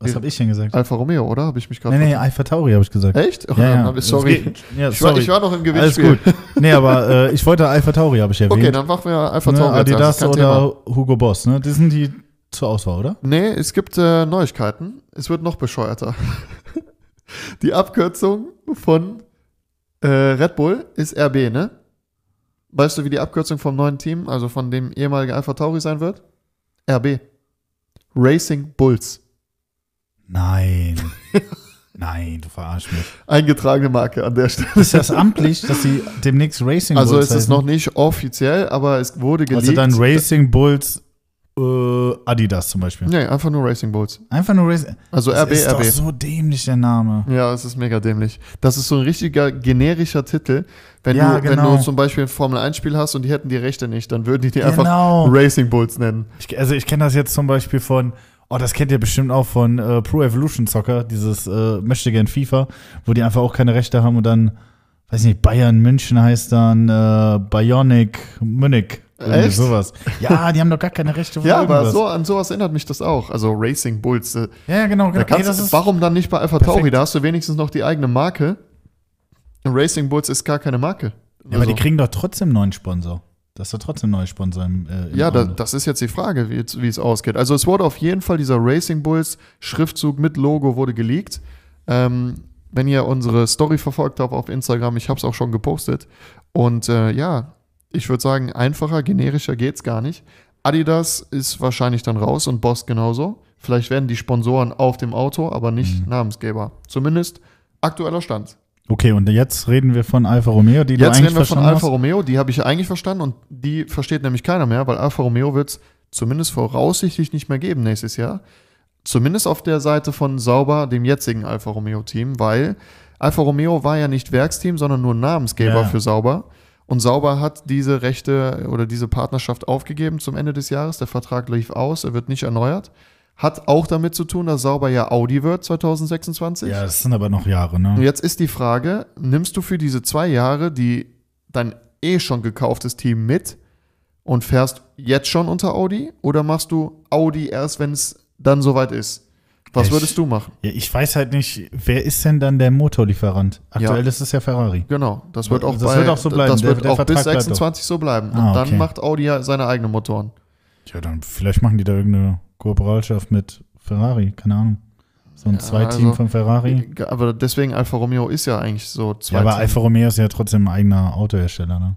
Was habe ich denn gesagt? Alpha Romeo, oder? Habe ich mich gerade. Nee, nee, Alpha Tauri habe ich gesagt. Echt? Oh, Ja, dann- ja. Es Sorry. geht- Ja, Ich war, Äh, sorry. ich war noch im Alles Gewinnspiel. gut. Nee, aber äh, ich wollte Alpha Tauri, habe ich erwähnt. Okay, dann machen wir Alpha ne, Tauri. als erstes, Adidas kein oder Thema. Hugo Boss, ne? Die sind die zur Auswahl, oder? Nee, es gibt äh, Neuigkeiten. Es wird noch bescheuerter. Die Abkürzung von äh, Red Bull ist RB, ne? Weißt du, wie die Abkürzung vom neuen Team, also von dem ehemaligen Alpha Tauri sein wird? RB. Racing Bulls. Nein. Nein, du verarsch mich. Eingetragene Marke an der Stelle. Ist das amtlich, dass sie demnächst Racing Also Bulls es ist heißen? noch nicht offiziell, aber es wurde geleakt. Also dann Racing Bulls äh, Adidas zum Beispiel. Nee, einfach nur Racing Bulls. Einfach nur Racing. Also Das RB, ist RB. doch so dämlich, der Name. Ja, es ist mega dämlich. Das ist so ein richtiger generischer Titel. Wenn, Ja, du, genau. wenn du zum Beispiel ein Formel-1-Spiel hast und die hätten die Rechte nicht, dann würden die die Genau. einfach Racing Bulls nennen. Ich, also ich kenne das jetzt zum Beispiel von, oh, das kennt ihr bestimmt auch von äh, Pro Evolution Soccer, dieses äh, möchte gern FIFA, wo die einfach auch keine Rechte haben und dann, weiß nicht, Bayern München heißt dann äh, Bionic Munich. Irgendwie Echt? Sowas. Ja, die haben doch gar keine Rechte von Ja, aber irgendwas. so, an sowas erinnert mich das auch. Also Racing Bulls. Äh, Ja, ja, genau, da genau. Nee, kannst, das ist, warum dann nicht bei Alpha Perfekt. Tauri? Da hast du wenigstens noch die eigene Marke. Und Racing Bulls ist gar keine Marke. ja, aber die Also, kriegen doch trotzdem einen neuen Sponsor. Das ist doch trotzdem ein neuer Sponsor im, äh, im ja da, Auge. das ist jetzt die Frage, wie jetzt- wie es ausgeht. Also es wurde auf jeden Fall dieser Racing Bulls Schriftzug mit Logo wurde geleakt. Ähm, wenn ihr unsere Story verfolgt habt auf Instagram, ich habe es auch schon gepostet. Und äh, ja, ich würde sagen, einfacher, generischer geht's gar nicht. Adidas ist wahrscheinlich dann raus und Boss genauso. Vielleicht werden die Sponsoren auf dem Auto, aber nicht Namensgeber. Zumindest aktueller Stand. Okay, und jetzt reden wir von Alfa Romeo, die Jetzt du eigentlich reden wir von verstanden Alfa hast. Romeo, die habe ich eigentlich verstanden und die versteht nämlich keiner mehr, weil Alfa Romeo wird es zumindest voraussichtlich nicht mehr geben nächstes Jahr. Zumindest auf der Seite von Sauber, dem jetzigen Alfa Romeo-Team, weil Alfa Romeo war ja nicht Werksteam, sondern nur Namensgeber Ja. für Sauber. Und Sauber hat diese Rechte oder diese Partnerschaft aufgegeben zum Ende des Jahres. Der Vertrag lief aus, er wird nicht erneuert. Hat auch damit zu tun, dass Sauber ja Audi wird 2026. Ja, das sind aber noch Jahre, ne? Und jetzt ist die Frage, nimmst du für diese zwei Jahre die dein eh schon gekauftes Team mit und fährst jetzt schon unter Audi oder machst du Audi erst, wenn es dann soweit ist? Was Ich- würdest du machen? Ja, ich weiß halt nicht, wer ist denn dann der Motorlieferant? Aktuell Ja. ist es ja Ferrari. Genau, das wird auch, Das bei, wird auch so bleiben. Das Der- wird der auch bis Vertrag bleibt auch. 26 so bleiben. Und Ah, okay. dann macht Audi ja seine eigenen Motoren. Ja, dann vielleicht machen die da irgendeine Kooperationschaft mit Ferrari, keine Ahnung. So ein Ja, Zwei-Team also- von Ferrari. Aber deswegen Alfa Romeo ist ja eigentlich so zwei. Ja, aber Teams. Alfa Romeo ist ja trotzdem ein eigener Autohersteller, ne?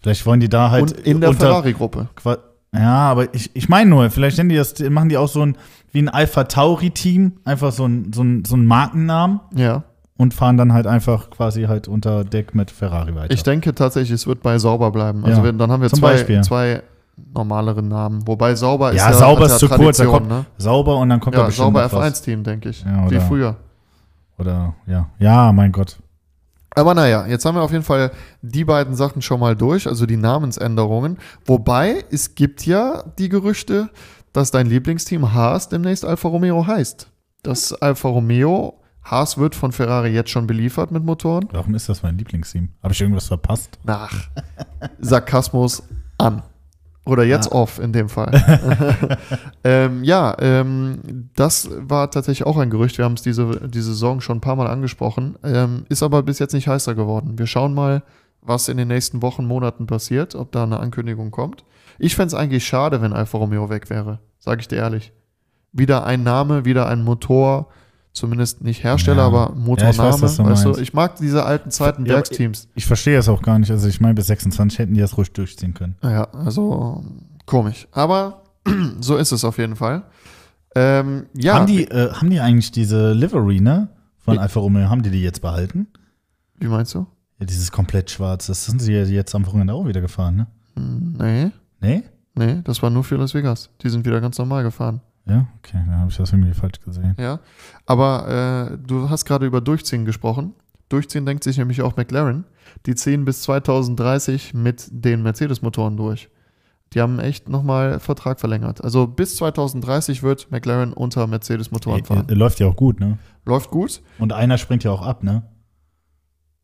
Vielleicht wollen die da halt und in der unter Ferrari-Gruppe. Qua- Ja, aber ich, ich meine nur, vielleicht nennen die das, machen die auch so ein, wie ein Alpha Tauri-Team, einfach so ein, so, ein, so ein Markennamen Ja. und fahren dann halt einfach quasi halt unter Deck mit Ferrari weiter. Ich denke tatsächlich, es wird bei sauber bleiben. Also Ja. wenn, dann haben wir Zum zwei, Beispiel. zwei normalere Namen. Wobei sauber ist ja, sauber hat ist zu kurz, da Tradition, kommt ne? sauber und dann kommt da Ja, bestimmt sauber noch was. F1-Team, denke ich. Ja, wie oder- früher. Oder ja. Ja, mein Gott. Aber naja, jetzt haben wir auf jeden Fall die beiden Sachen schon mal durch, also die Namensänderungen. Wobei, es gibt ja die Gerüchte, dass dein Lieblingsteam Haas demnächst Alfa Romeo heißt. Das Alfa Romeo, Haas wird von Ferrari jetzt schon beliefert mit Motoren. Warum ist das mein Lieblingsteam? Habe ich irgendwas verpasst? Nach Sarkasmus an. Oder jetzt off in dem Fall. ähm, ja, ähm, das war tatsächlich auch ein Gerücht. Wir haben es diese, diese Saison schon ein paar Mal angesprochen. Ähm, ist aber bis jetzt nicht heißer geworden. Wir schauen mal, was in den nächsten Wochen, Monaten passiert, ob da eine Ankündigung kommt. Ich fände es eigentlich schade, wenn Alfa Romeo weg wäre, sage ich dir ehrlich. Wieder ein Name, wieder ein Motor, zumindest nicht Hersteller, Ja. aber Ja, ich Motorname. weiß, was du weißt du, meinst. ich mag diese alten Zeiten Ja, aber- Werksteams. Ich verstehe es auch gar nicht. Also ich meine, bis 26 hätten die das ruhig durchziehen können. Ja, also komisch. Aber so ist es auf jeden Fall. Ähm, ja, Haben, die, äh, haben die eigentlich diese Livery, ne? Von Ja. Alfa Romeo, haben die die jetzt behalten? wie meinst du? Ja, dieses komplett schwarz, das sind sie ja jetzt am Wochenende auch wieder gefahren, ne? Hm, Nee, Nee? nee, das war nur für Las Vegas. Die sind wieder ganz normal gefahren. Ja, okay, dann habe ich das irgendwie falsch gesehen. Ja, aber äh, du hast gerade über Durchziehen gesprochen. Durchziehen denkt sich nämlich auch McLaren. Die ziehen bis 2030 mit den Mercedes-Motoren durch. Die haben echt nochmal Vertrag verlängert. Also bis 2030 wird McLaren unter Äh, Mercedes-Motoren fahren. äh, läuft ja auch gut, ne? Läuft gut. Und einer springt ja auch ab, ne?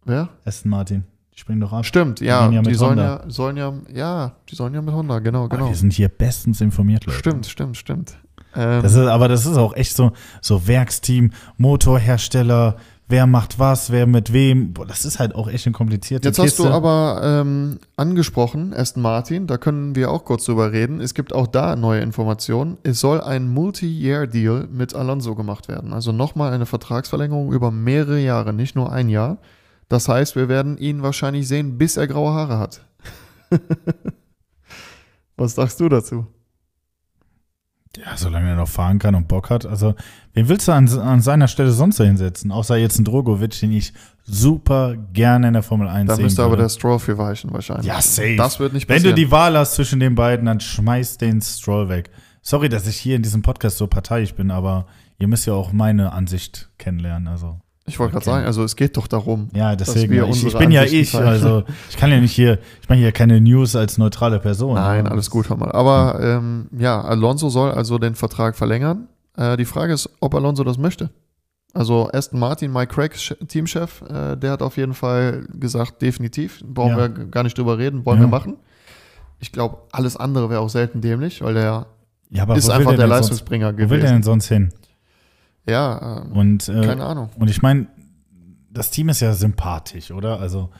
Wer? Aston Martin. Die springen doch ab. Stimmt, Die ja, gehen ja die mit sollen Honda. ja, sollen ja, ja, die sollen ja mit Honda, genau, Ah, genau. Wir sind hier bestens informiert, Leute. Stimmt, stimmt, stimmt. Ähm, Das ist, aber das ist auch echt so, so Werksteam, Motorhersteller, wer macht was, wer mit wem. Boah, das ist halt auch echt eine komplizierte jetzt hast Kiste. du aber ähm, angesprochen, Aston Martin, da können wir auch kurz drüber reden. Es gibt auch da neue Informationen. Es soll ein Multi-Year-Deal mit Alonso gemacht werden. Also nochmal eine Vertragsverlängerung über mehrere Jahre, nicht nur ein Jahr. Das heißt, wir werden ihn wahrscheinlich sehen, bis er graue Haare hat. Was sagst du dazu? ja, solange er noch fahren kann und Bock hat. Also, wen willst du an, an seiner Stelle sonst da hinsetzen? Außer jetzt ein Drogovic, den ich super gerne in der Formel 1 Da sehen müsste aber würde. der Straw für weichen wahrscheinlich. ne? Ja, safe. Das wird nicht Wenn passieren. du die Wahl hast zwischen den beiden, dann schmeiß den Stroll weg. Sorry, dass ich hier in diesem Podcast so parteiisch bin, aber ihr müsst ja auch meine Ansicht kennenlernen. Also Ich wollte gerade Okay. sagen, also es geht doch darum. ja, deswegen. wir Ich, ich unsere bin ja Ansichten ich. teilen. Also ich kann ja nicht hier. Ich mache hier keine News als neutrale Person. Nein, Aber alles gut, hör mal. Aber ähm, ja, Alonso soll also den Vertrag verlängern. Äh, die Frage ist, ob Alonso das möchte. Also Aston Martin, Mike Craig, Sch- Teamchef, äh, der hat auf jeden Fall gesagt, definitiv, brauchen Ja. wir g- gar nicht drüber reden, wollen Ja. wir machen. Ich glaube, alles andere wäre auch selten dämlich, weil der Ja, aber ist wo will einfach der denn sonst- Leistungsbringer Wo will der gewesen. denn sonst hin? Ja, ähm, Und äh, keine Ahnung. Und ich meine, das Team ist ja sympathisch, oder? Also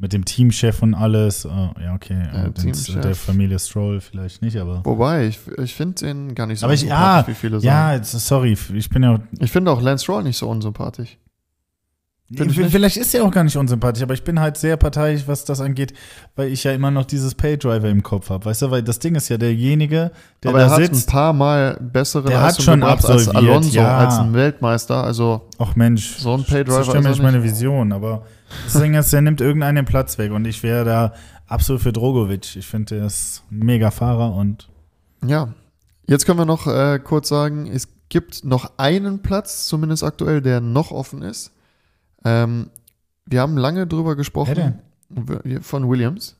mit dem Teamchef und alles. äh, ja, okay. Ja, und den, Teamchef. der Familie Stroll vielleicht nicht, aber. Wobei, ich, ich finde den gar nicht so Aber ich, ja, unsympathisch, wie viele sagen. ja, jetzt- sorry, ich bin ja. Ich finde auch Lance Stroll nicht so unsympathisch. Find ich nicht. Vielleicht ist er auch gar nicht unsympathisch, aber ich bin halt sehr parteiisch, was das angeht, weil ich ja immer noch dieses Paydriver im Kopf habe. Weißt du, weil das Ding ist ja derjenige, der aber er da hat ein sitzt. paar Mal bessere Der hat Leistung schon gebracht als absolviert, Alonso, ja. als ein Weltmeister. Also Ach Mensch, so ein Paydriver Driver er ist nicht. meine Vision, aber das Ding ist, der nimmt irgendeinen den Platz weg und ich wäre da absolut für Drogovic. Ich finde, der ist ein mega Fahrer und Ja, jetzt können wir noch äh, kurz sagen, es gibt noch einen Platz, zumindest aktuell, der noch offen ist. Ähm, wir haben lange drüber Wer gesprochen. denn? W- Von Williams.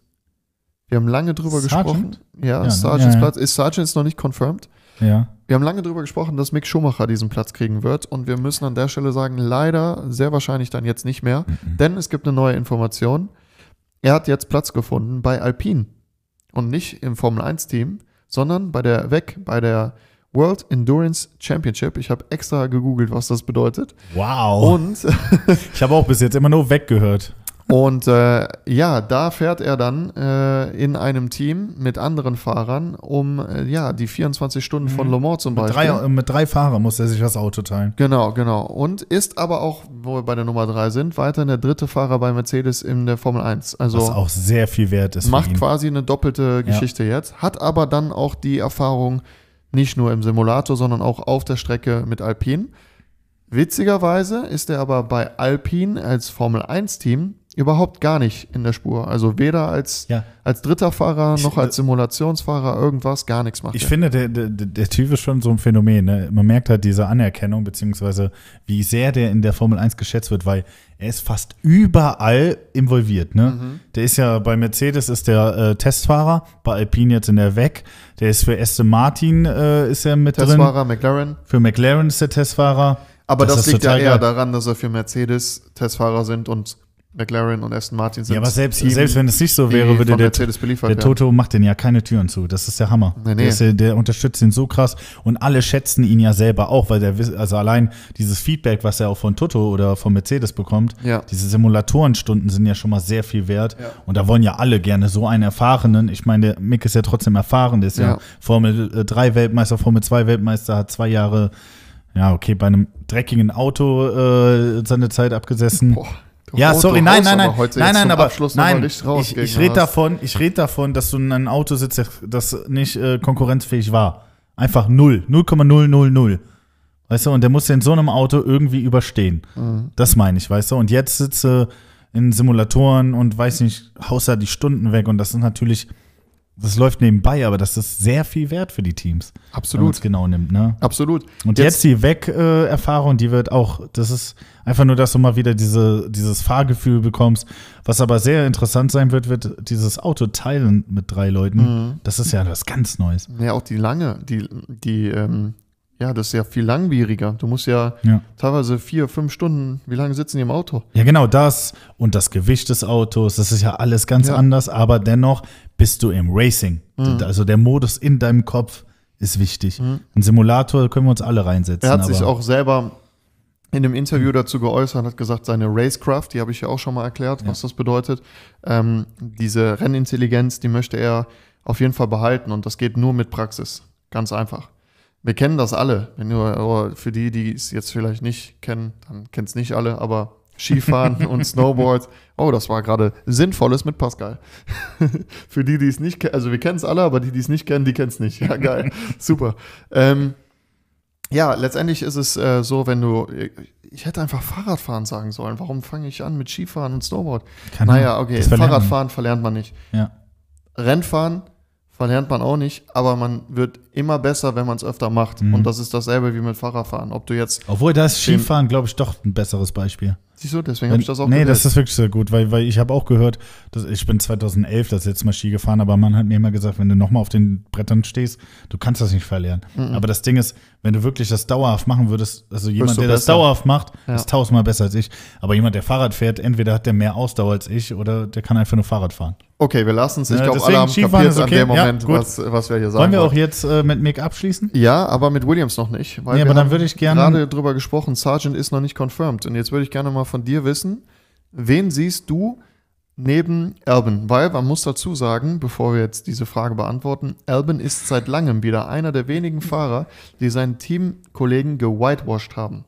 Wir haben lange drüber Sargent? gesprochen. Ja, Ja, ne? Sargents Ja, ja. Platz. Ist Sargents noch nicht confirmed? ja. Wir haben lange darüber gesprochen, dass Mick Schumacher diesen Platz kriegen wird und wir müssen an der Stelle sagen, leider sehr wahrscheinlich dann jetzt nicht mehr, Mhm. denn es gibt eine neue Information. Er hat jetzt Platz gefunden bei Alpine und nicht im Formel 1 Team, sondern bei der WEC, bei der World Endurance Championship. Ich habe extra gegoogelt, was das bedeutet. Wow. Und Ich habe auch bis jetzt immer nur weggehört. Und äh, ja, da fährt er dann äh, in einem Team mit anderen Fahrern um äh, ja, die 24 Stunden von Le Mans zum Mhm. Mit Beispiel. drei, mit drei Fahrern muss er sich das Auto teilen. Genau, genau. Und ist aber auch, wo wir bei der Nummer 3 sind, weiterhin der dritte Fahrer bei Mercedes in der Formel 1. Was Also auch sehr viel wert ist. macht für ihn. quasi eine doppelte Geschichte jetzt, hat aber dann auch die Erfahrung nicht nur im Simulator, sondern auch auf der Strecke mit Alpine. Witzigerweise ist er aber bei Alpine als Formel 1-Team überhaupt gar nicht in der Spur. Also weder als, Ja. als dritter Fahrer noch Ich- als Simulationsfahrer irgendwas, gar nichts macht. Ich er. finde, der, der, der Typ ist schon so ein Phänomen. Ne? Man merkt halt diese Anerkennung, beziehungsweise wie sehr der in der Formel 1 geschätzt wird, weil er ist fast überall involviert. Ne? Mhm. Der ist ja bei Mercedes ist der äh, Testfahrer, bei Alpine jetzt in der WEC. Der ist für Aston Martin äh, ist er mit drin. Testfahrer McLaren. Für McLaren ist der Testfahrer. Aber das, ist liegt ja total eher geil. daran, dass er für Mercedes Testfahrer sind und McLaren und Aston Martin sind. Ja, aber selbst, Team, selbst wenn es nicht so die wäre, würde eh von der, Mercedes beliefert der werden. Toto macht den ja keine Türen zu. Das ist der Hammer. Nee, nee. Der, ist, der- der unterstützt ihn so krass und alle schätzen ihn ja selber auch, weil der wiss- also allein dieses Feedback, was er auch von Toto oder von Mercedes bekommt, Ja. diese Simulatorenstunden sind ja schon mal sehr viel wert. Ja. Und da wollen ja alle gerne so einen erfahrenen. Ich meine, der Mick ist ja trotzdem erfahren, der ist ja, Ja. Formel äh, 3 Weltmeister, Formel 2 Weltmeister, hat zwei Jahre, ja, okay, bei einem dreckigen Auto äh, seine Zeit abgesessen. Boah, doch Ja, Auto sorry, nein, raus, nein, nein, aber heute nein, jetzt nein, zum aber Abschluss noch mal nein, richtig raus ich, gegen ich rede was. davon, ich rede davon, dass du in einem Auto sitzt, das nicht äh, konkurrenzfähig war. Einfach null, 0,000. Weißt du, und der musste in so einem Auto irgendwie überstehen. Mhm. Das meine ich, weißt du. Und jetzt sitze in Simulatoren und weiß nicht, haust da die Stunden weg und das ist natürlich, das läuft nebenbei, aber das ist sehr viel wert für die Teams, wenn man es Absolut, genau nimmt, ne? absolut. Und jetzt, die Weg-Erfahrung, die wird auch, das ist einfach nur, dass du mal wieder diese, dieses Fahrgefühl bekommst. Was aber sehr interessant sein wird, wird dieses Auto teilen mit drei Leuten. Mhm. Das ist ja was ganz Neues. ja auch die lange, die, die, ähm, ja, das ist ja viel langwieriger. Du musst ja Ja. teilweise vier, fünf Stunden, wie lange sitzen die im Auto? Ja, genau das und das Gewicht des Autos, das ist ja alles ganz Ja. Mhm. anders, aber dennoch bist du im Racing. Also der Modus in deinem Kopf ist wichtig. Ein Simulator können wir uns alle reinsetzen. Er hat sich aber- auch selber in einem Interview dazu geäußert, hat gesagt, seine Racecraft, die habe ich ja auch schon mal erklärt, was das bedeutet. Ähm, diese Rennintelligenz, die möchte er auf jeden Fall behalten und das geht nur mit Praxis. Ganz einfach. Wir kennen das alle. Wenn du, aber für die, die es jetzt vielleicht nicht kennen, dann kennen es nicht alle, aber Skifahren und Snowboard. Oh, das war gerade Sinnvolles mit Pascal. für die, die es nicht kennen, also wir kennen es alle, aber die, die es nicht kennen, die kennen es nicht. Ja, geil. Super. Ähm, ja, letztendlich ist es äh, so, wenn du. Ich hätte einfach Fahrradfahren sagen sollen. Warum fange ich an mit Skifahren und Snowboard? Keine Ahnung, naja, okay, Genau. das verlernt man. Fahrradfahren verlernt man nicht. Ja. Rennfahren verlernt man auch nicht, aber man wird immer besser, wenn man es öfter macht. Mhm. Und das ist dasselbe wie mit Fahrradfahren. Ob du jetzt. Obwohl das Skifahren, glaube ich, doch ein besseres Beispiel. Siehst du, deswegen habe ich das auch Nee, gewählt. das ist wirklich sehr gut, weil, weil ich habe auch gehört, dass ich bin 2011 das letzte Mal Ski gefahren, aber man hat mir immer gesagt, wenn du nochmal auf den Brettern stehst, du kannst das nicht verlernen. Mhm. Aber das Ding ist, wenn du wirklich das dauerhaft machen würdest, also jemand, du der das besser. dauerhaft macht, Ja. ist tausendmal besser als ich. Aber jemand, der Fahrrad fährt, entweder hat der mehr Ausdauer als ich oder der kann einfach nur Fahrrad fahren. okay, wir lassen es. Ich Ja, glaube, alle deswegen haben Skifahren kapiert ist an okay. dem Ja, Moment, gut. was, was wir hier sagen. Wollen wir auch wollten. jetzt äh, mit Mick abschließen? ja, aber mit Williams noch nicht. Weil Nee, wir aber dann haben würde ich gerne- gerade drüber gesprochen, Sargent ist noch nicht confirmed. Und jetzt würde ich gerne mal von dir wissen, wen siehst du neben Albin? Weil man muss dazu sagen, bevor wir jetzt diese Frage beantworten, Albin ist seit langem wieder einer der wenigen Fahrer, die seinen Teamkollegen gewhitewashed haben.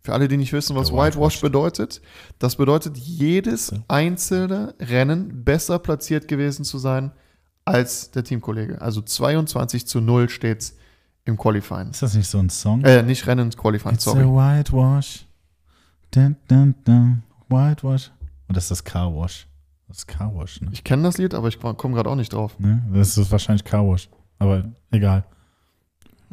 Für alle, die nicht wissen, was Whitewash bedeutet, das bedeutet, jedes einzelne Rennen besser platziert gewesen zu sein als der Teamkollege. Also 22 zu 0 steht's im Qualifying. Ist das nicht so ein Song? Äh, nicht Rennen, Qualifying, It's a sorry. whitewash. Dun, dun, dun. Whitewash. Oder ist das Carwash? Das ist Carwash, ne? Ich kenne das Lied, aber ich komme gerade auch nicht drauf. Ne? Das ist wahrscheinlich Carwash. Aber egal.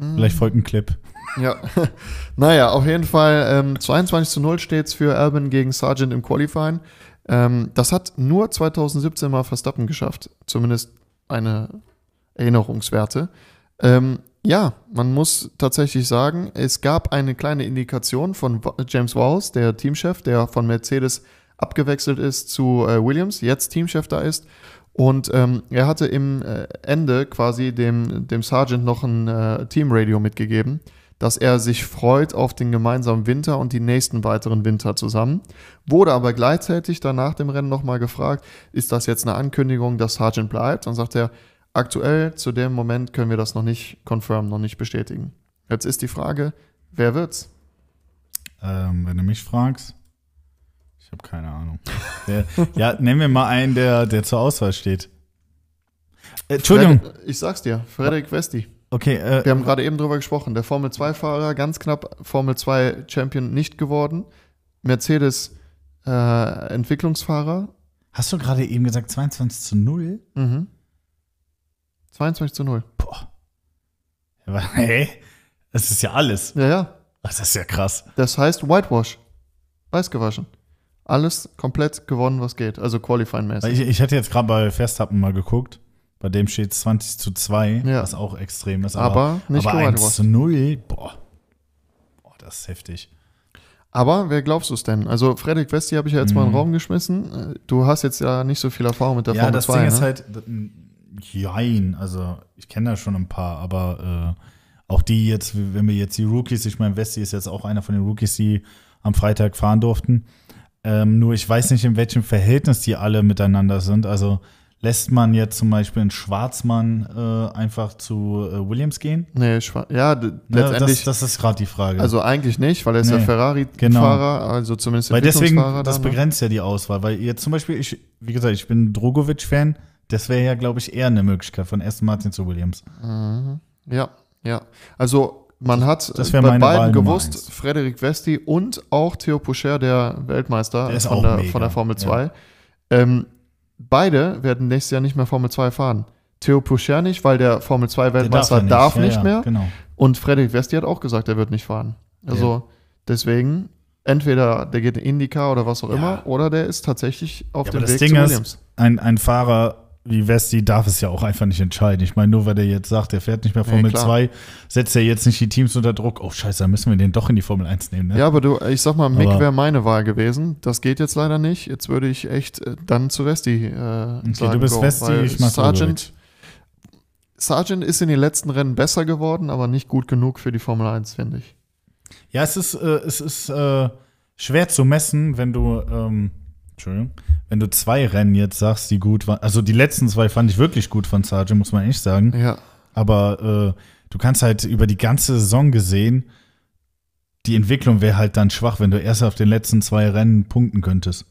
Hm. Vielleicht folgt ein Clip. Ja. naja, auf jeden Fall ähm, 22 zu 0 steht's für Albin gegen Sargent im Qualifying. Ähm, das hat nur 2017 mal Verstappen geschafft. Zumindest eine Erinnerungswerte. Ähm, ja, man muss tatsächlich sagen, es gab eine kleine Indikation von Wa- James Wallace, der Teamchef, der von Mercedes abgewechselt ist zu äh, Williams, jetzt Teamchef da ist. Und ähm, er hatte im äh, Ende quasi dem, dem Sergeant noch ein äh, Teamradio mitgegeben. dass er sich freut auf den gemeinsamen Winter und die nächsten weiteren Winter zusammen. Wurde aber gleichzeitig danach dem Rennen nochmal gefragt, ist das jetzt eine Ankündigung, dass Sargent bleibt? Dann sagt er, aktuell zu dem Moment können wir das noch nicht confirmen, noch nicht bestätigen. Jetzt ist die Frage, wer wird's? Ähm, wenn du mich fragst, ich habe keine Ahnung. Der, ja, nennen wir mal einen, der, der zur Auswahl steht. Äh, Entschuldigung. Fred- Ich sag's dir, Frederik Westi. Okay, äh, Wir haben gerade eben drüber gesprochen. Der Formel 2-Fahrer, ganz knapp Formel 2 Champion nicht geworden. Mercedes äh, Entwicklungsfahrer. hast du gerade eben gesagt 22 zu 0? Mhm. 22 zu 0. Boah. Aber, hey, das ist ja alles. Ja, ja. Das ist ja krass. Das heißt Whitewash. Weiß gewaschen. Alles komplett gewonnen, was geht. Also Weil Qualifying-mäßig. Ich, ich hatte jetzt gerade bei Verstappen mal geguckt. Bei dem steht 20 zu 2, Ja. was auch extrem ist. Aber nicht aber geworden 1 zu 0, boah. boah. Das ist heftig. Aber wer glaubst du es denn? Also Frederik Westi habe ich ja jetzt mal in den Raum geschmissen. Äh, Du hast jetzt ja nicht so viel Erfahrung mit der Mhm. ja, Formel das 2. Ding ne? ist halt, d- m, jein, also ich kenne da schon ein paar, aber äh, auch die jetzt, wenn wir jetzt die Rookies, ich meine, Westi ist jetzt auch einer von den Rookies, die am Freitag fahren durften. Ähm, nur ich weiß nicht, in welchem Verhältnis die alle miteinander sind. Also lässt man jetzt zum Beispiel einen Schwarzmann äh, einfach zu äh, Williams gehen? nee, Schwa- ja, d- Ne, letztendlich. das, das ist gerade die Frage. also eigentlich nicht, weil er ist ja Nee, Ferrari-Fahrer, genau. also zumindest Weil deswegen, Entwicklungsfahrer das dann, ne? begrenzt ja die Auswahl. Weil jetzt zum Beispiel, ich, wie gesagt, ich bin Drogovic-Fan. Das wäre ja, glaube ich, eher eine Möglichkeit von Aston Martin zu Williams. Ja, ja. Also man hat das äh, wär bei meine Wahl beiden Nummer gewusst, eins. Frederik Westi und auch Theo Pocher, der Weltmeister Der ist von, auch der, mega, von der Formel ja. 2. Ähm, beide werden nächstes Jahr nicht mehr Formel 2 fahren. Theo Pocher nicht, weil der Formel 2 Der Weltmeister ja darf nicht, ja, mehr. Genau. Und Frederik Westi hat auch gesagt, er wird nicht fahren. Also deswegen, entweder der geht in Indica oder was auch Ja. immer, oder der ist tatsächlich auf Ja, aber dem das Weg Ding zu ist- Williams. Ein, ein Fahrer wie Westi darf es ja auch einfach nicht entscheiden. Ich meine, nur weil der jetzt sagt, er fährt nicht mehr Formel klar. 2, setzt er jetzt nicht die Teams unter Druck. Oh, scheiße, dann müssen wir den doch in die Formel 1 nehmen. Ne? Ja, aber du, ich sag mal, Mick Aber- wäre meine Wahl gewesen. Das geht jetzt leider nicht. Jetzt würde ich echt äh, dann zu Westi äh, sagen. du bist go, Westi, weil ich mach Sargent, Sargent ist in den letzten Rennen besser geworden, aber nicht gut genug für die Formel 1, finde ich. Ja, es ist, äh, es ist äh, schwer zu messen, wenn du, ähm, Entschuldigung, wenn du zwei Rennen jetzt sagst, die gut waren. Also die letzten zwei fand ich wirklich gut von Sargent, muss man echt sagen. Ja, Aber äh, du kannst halt über die ganze Saison gesehen, die Entwicklung wäre halt dann schwach, wenn du erst auf den letzten zwei Rennen punkten könntest.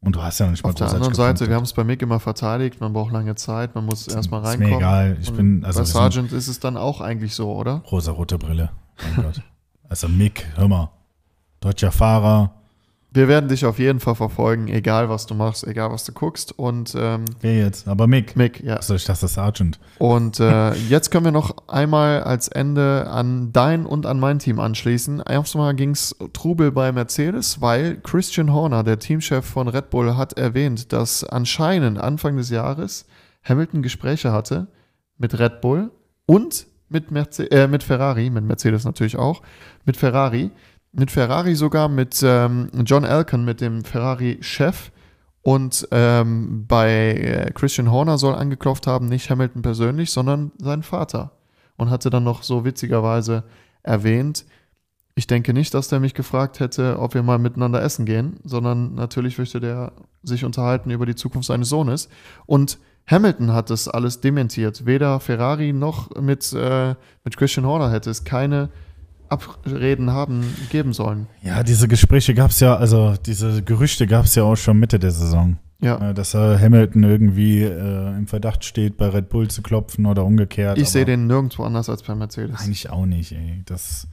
Und du hast ja noch nicht mal auf der großartig anderen Seite, wir gepunktet. haben es bei Mick immer verteidigt. Man braucht lange Zeit, man muss erstmal Ist mir reinkommen. egal. Ich Und bin, also bei wir sind Sargent ist es dann auch eigentlich so, oder? rosa-rote Brille. Mein Gott. Also Mick, hör mal. Deutscher Fahrer. Wir werden dich auf jeden Fall verfolgen, egal was du machst, egal was du guckst. Und ähm, Wer jetzt? Aber Mick. Mick, ja, Achso, ich dachte, das ist Sergeant. Und äh, jetzt können wir noch einmal als Ende an dein und an mein Team anschließen. Erstmal ging es Trubel bei Mercedes, weil Christian Horner, der Teamchef von Red Bull, hat erwähnt, dass anscheinend Anfang des Jahres Hamilton Gespräche hatte mit Red Bull und mit, Merce äh, mit Ferrari, mit Mercedes natürlich auch, mit Ferrari, mit Ferrari sogar, mit ähm, John Elkan, mit dem Ferrari-Chef. Und ähm, bei äh, Christian Horner soll angeklopft haben, nicht Hamilton persönlich, sondern sein Vater. Und hatte dann noch so witzigerweise erwähnt, ich denke nicht, dass der mich gefragt hätte, ob wir mal miteinander essen gehen, sondern natürlich möchte der sich unterhalten über die Zukunft seines Sohnes. Und Hamilton hat das alles dementiert. Weder Ferrari noch mit, äh, mit Christian Horner hätte es keine Abreden haben geben sollen. Ja, diese Gespräche gab es ja, also diese Gerüchte gab es ja auch schon Mitte der Saison. Ja. Äh, Dass äh, Hamilton irgendwie äh, im Verdacht steht, bei Red Bull zu klopfen oder umgekehrt. Ich sehe aber den nirgendwo anders als bei Mercedes. Eigentlich auch nicht, ey. Das,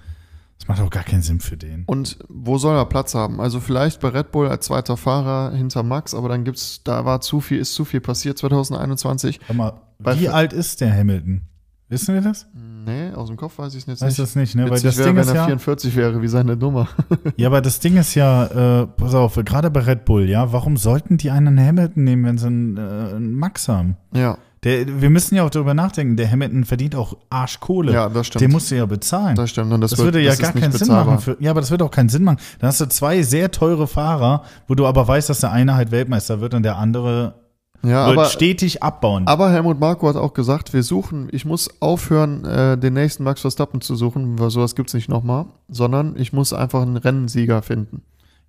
das macht auch gar keinen Sinn für den. Und wo soll er Platz haben? Also vielleicht bei Red Bull als zweiter Fahrer hinter Max, aber dann gibt's, da war zu viel, ist zu viel passiert 2021. Sag mal, Bei- wie alt ist der Hamilton? Wissen wir das? Nee, aus dem Kopf weiß ich es jetzt Weiß nicht. das nicht, ne? Weil Witzig das wäre, Ding wenn ist er ja, 44 wäre, wie seine Nummer. ja, aber das Ding ist ja, äh, pass auf, gerade bei Red Bull, ja, warum sollten die einen Hamilton nehmen, wenn sie einen, äh, einen Max haben? ja, Der, wir müssen ja auch darüber nachdenken, der Hamilton verdient auch Arschkohle. ja, das Den stimmt. musst du ja bezahlen. Das stimmt. Und das, das wird, würde ja das gar ist nicht keinen Sinn bezahlbar. machen. Für, ja, aber das würde auch keinen Sinn machen. Dann hast du zwei sehr teure Fahrer, wo du aber weißt, dass der eine halt Weltmeister wird und der andere Ja, wird aber- stetig abbauen. Aber Helmut Marko hat auch gesagt, wir suchen, ich muss aufhören, äh, den nächsten Max Verstappen zu suchen, weil sowas gibt es nicht nochmal, sondern ich muss einfach einen Rennsieger finden.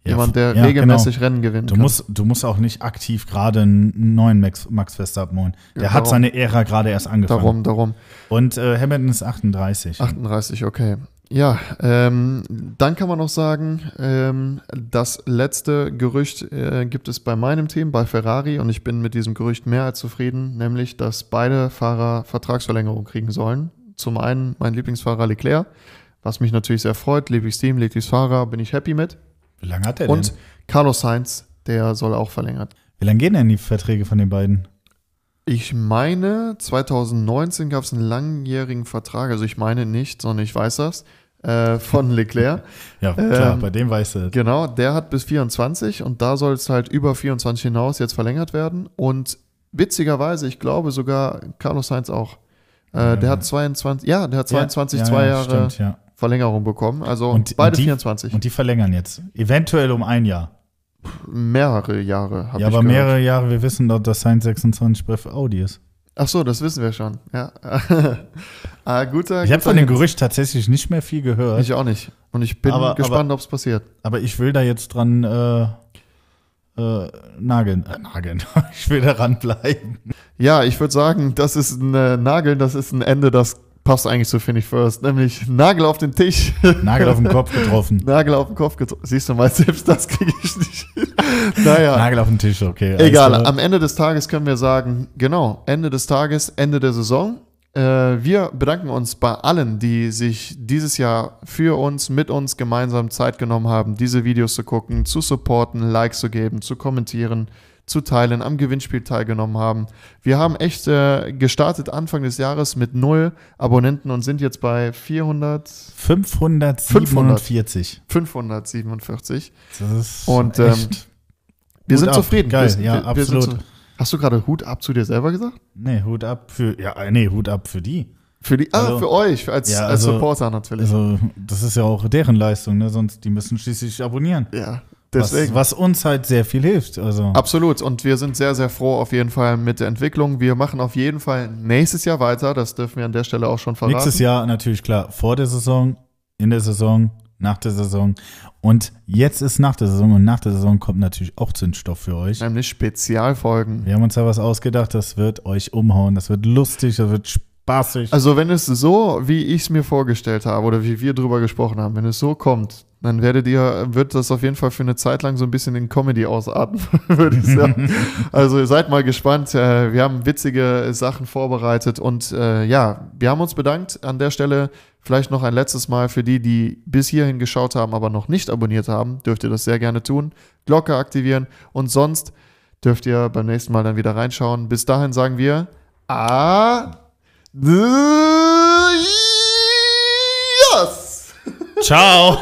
Ja, Jemand, der ja, genau. regelmäßig Rennen gewinnt. Du musst, du musst auch nicht aktiv gerade einen neuen Max, Max Verstappen holen. Der Ja, hat darum. seine Ära gerade erst darum, angefangen. darum. Und äh, Hamilton ist 38. 38, okay. Ja, ähm, dann kann man noch sagen, ähm, das letzte Gerücht äh, gibt es bei meinem Team, bei Ferrari, und ich bin mit diesem Gerücht mehr als zufrieden, nämlich, dass beide Fahrer Vertragsverlängerung kriegen sollen. Zum einen mein Lieblingsfahrer Leclerc, was mich natürlich sehr freut, Lieblingsteam, Lieblingsfahrer, bin ich happy mit. Wie lange hat er denn? Und Carlos Sainz, der soll auch verlängert. Wie lange gehen denn die Verträge von den beiden? Ich meine, 2019 gab es einen langjährigen Vertrag, also ich meine nicht, sondern ich weiß das, äh, von Leclerc. Ja, klar, Ähm, bei dem weißt du. Genau, der hat bis 24 und da soll es halt über 24 hinaus jetzt verlängert werden. Und witzigerweise, ich glaube sogar Carlos Sainz auch. Äh, Der hat 22, ja, der hat 22 Ja, ja, zwei ja, Jahre Stimmt, ja. Verlängerung bekommen. Also Und- beide und die- 24. Und die verlängern jetzt. Eventuell um ein Jahr. mehrere Jahre habe Ja, ich gehört. aber mehrere Jahre, wir wissen doch, dass Science 26 bei Audi ist. Ach so, das wissen wir schon. Ja. ah, guter, Ich habe guter von dem Hinweis. Gerücht tatsächlich nicht mehr viel gehört, Ich auch nicht. Und ich bin Aber- gespannt, ob es passiert. aber ich will da jetzt dran äh, äh, nageln. Äh, nageln. Ich will da ranbleiben. Ja, ich würde sagen, das ist ein äh, Nagel, das ist ein Ende, das passt eigentlich zu Finish First. Nämlich Nagel auf den Tisch. Nagel auf den Kopf getroffen. Nagel auf den Kopf getroffen. Siehst du mal, selbst das kriege ich nicht. hin. naja, Nagel auf den Tisch, okay. egal. Also, Am Ende des Tages können wir sagen, genau, Ende des Tages, Ende der Saison. Äh, wir bedanken uns bei allen, die sich dieses Jahr für uns, mit uns gemeinsam Zeit genommen haben, diese Videos zu gucken, zu supporten, Likes zu geben, zu kommentieren, zu teilen, am Gewinnspiel teilgenommen haben. Wir haben echt äh, gestartet Anfang des Jahres mit null Abonnenten und sind jetzt bei 400, 547. 547. Das ist Und, ähm, echt Wir Hut sind ab. zufrieden. Geil, wir, sind- ja, wir, wir sind absolut. zu- hast du gerade Hut ab zu dir selber gesagt? Nee, Hut ab für, ja, äh, nee, Hut ab für die. Für die, ah, Also- für euch, als, Ja, als also- Supporter natürlich. Also, das ist ja auch deren Leistung, ne? Sonst, die müssen schließlich abonnieren. ja, deswegen. Was, was uns halt sehr viel hilft. Also, Absolut. Und wir sind sehr, sehr froh auf jeden Fall mit der Entwicklung. Wir machen auf jeden Fall nächstes Jahr weiter. Das dürfen wir an der Stelle auch schon verraten. nächstes Jahr natürlich klar, vor der Saison, in der Saison, nach der Saison. Und jetzt ist nach der Saison und nach der Saison kommt natürlich auch Zündstoff für euch. Nämlich Spezialfolgen. Wir haben uns da was ausgedacht, das wird euch umhauen, das wird lustig, das wird spaßig. Also, wenn es so, wie ich es mir vorgestellt habe oder wie wir drüber gesprochen haben, wenn es so kommt, dann werdet ihr, wird das auf jeden Fall für eine Zeit lang so ein bisschen in Comedy ausarten, würde ich sagen. also seid mal gespannt. Äh, Wir haben witzige Sachen vorbereitet und äh, ja, wir haben uns bedankt an der Stelle. Vielleicht noch ein letztes Mal für die, die bis hierhin geschaut haben, aber noch nicht abonniert haben, dürft ihr das sehr gerne tun. Glocke aktivieren und sonst dürft ihr beim nächsten Mal dann wieder reinschauen. Bis dahin sagen wir A. Yes! Ciao!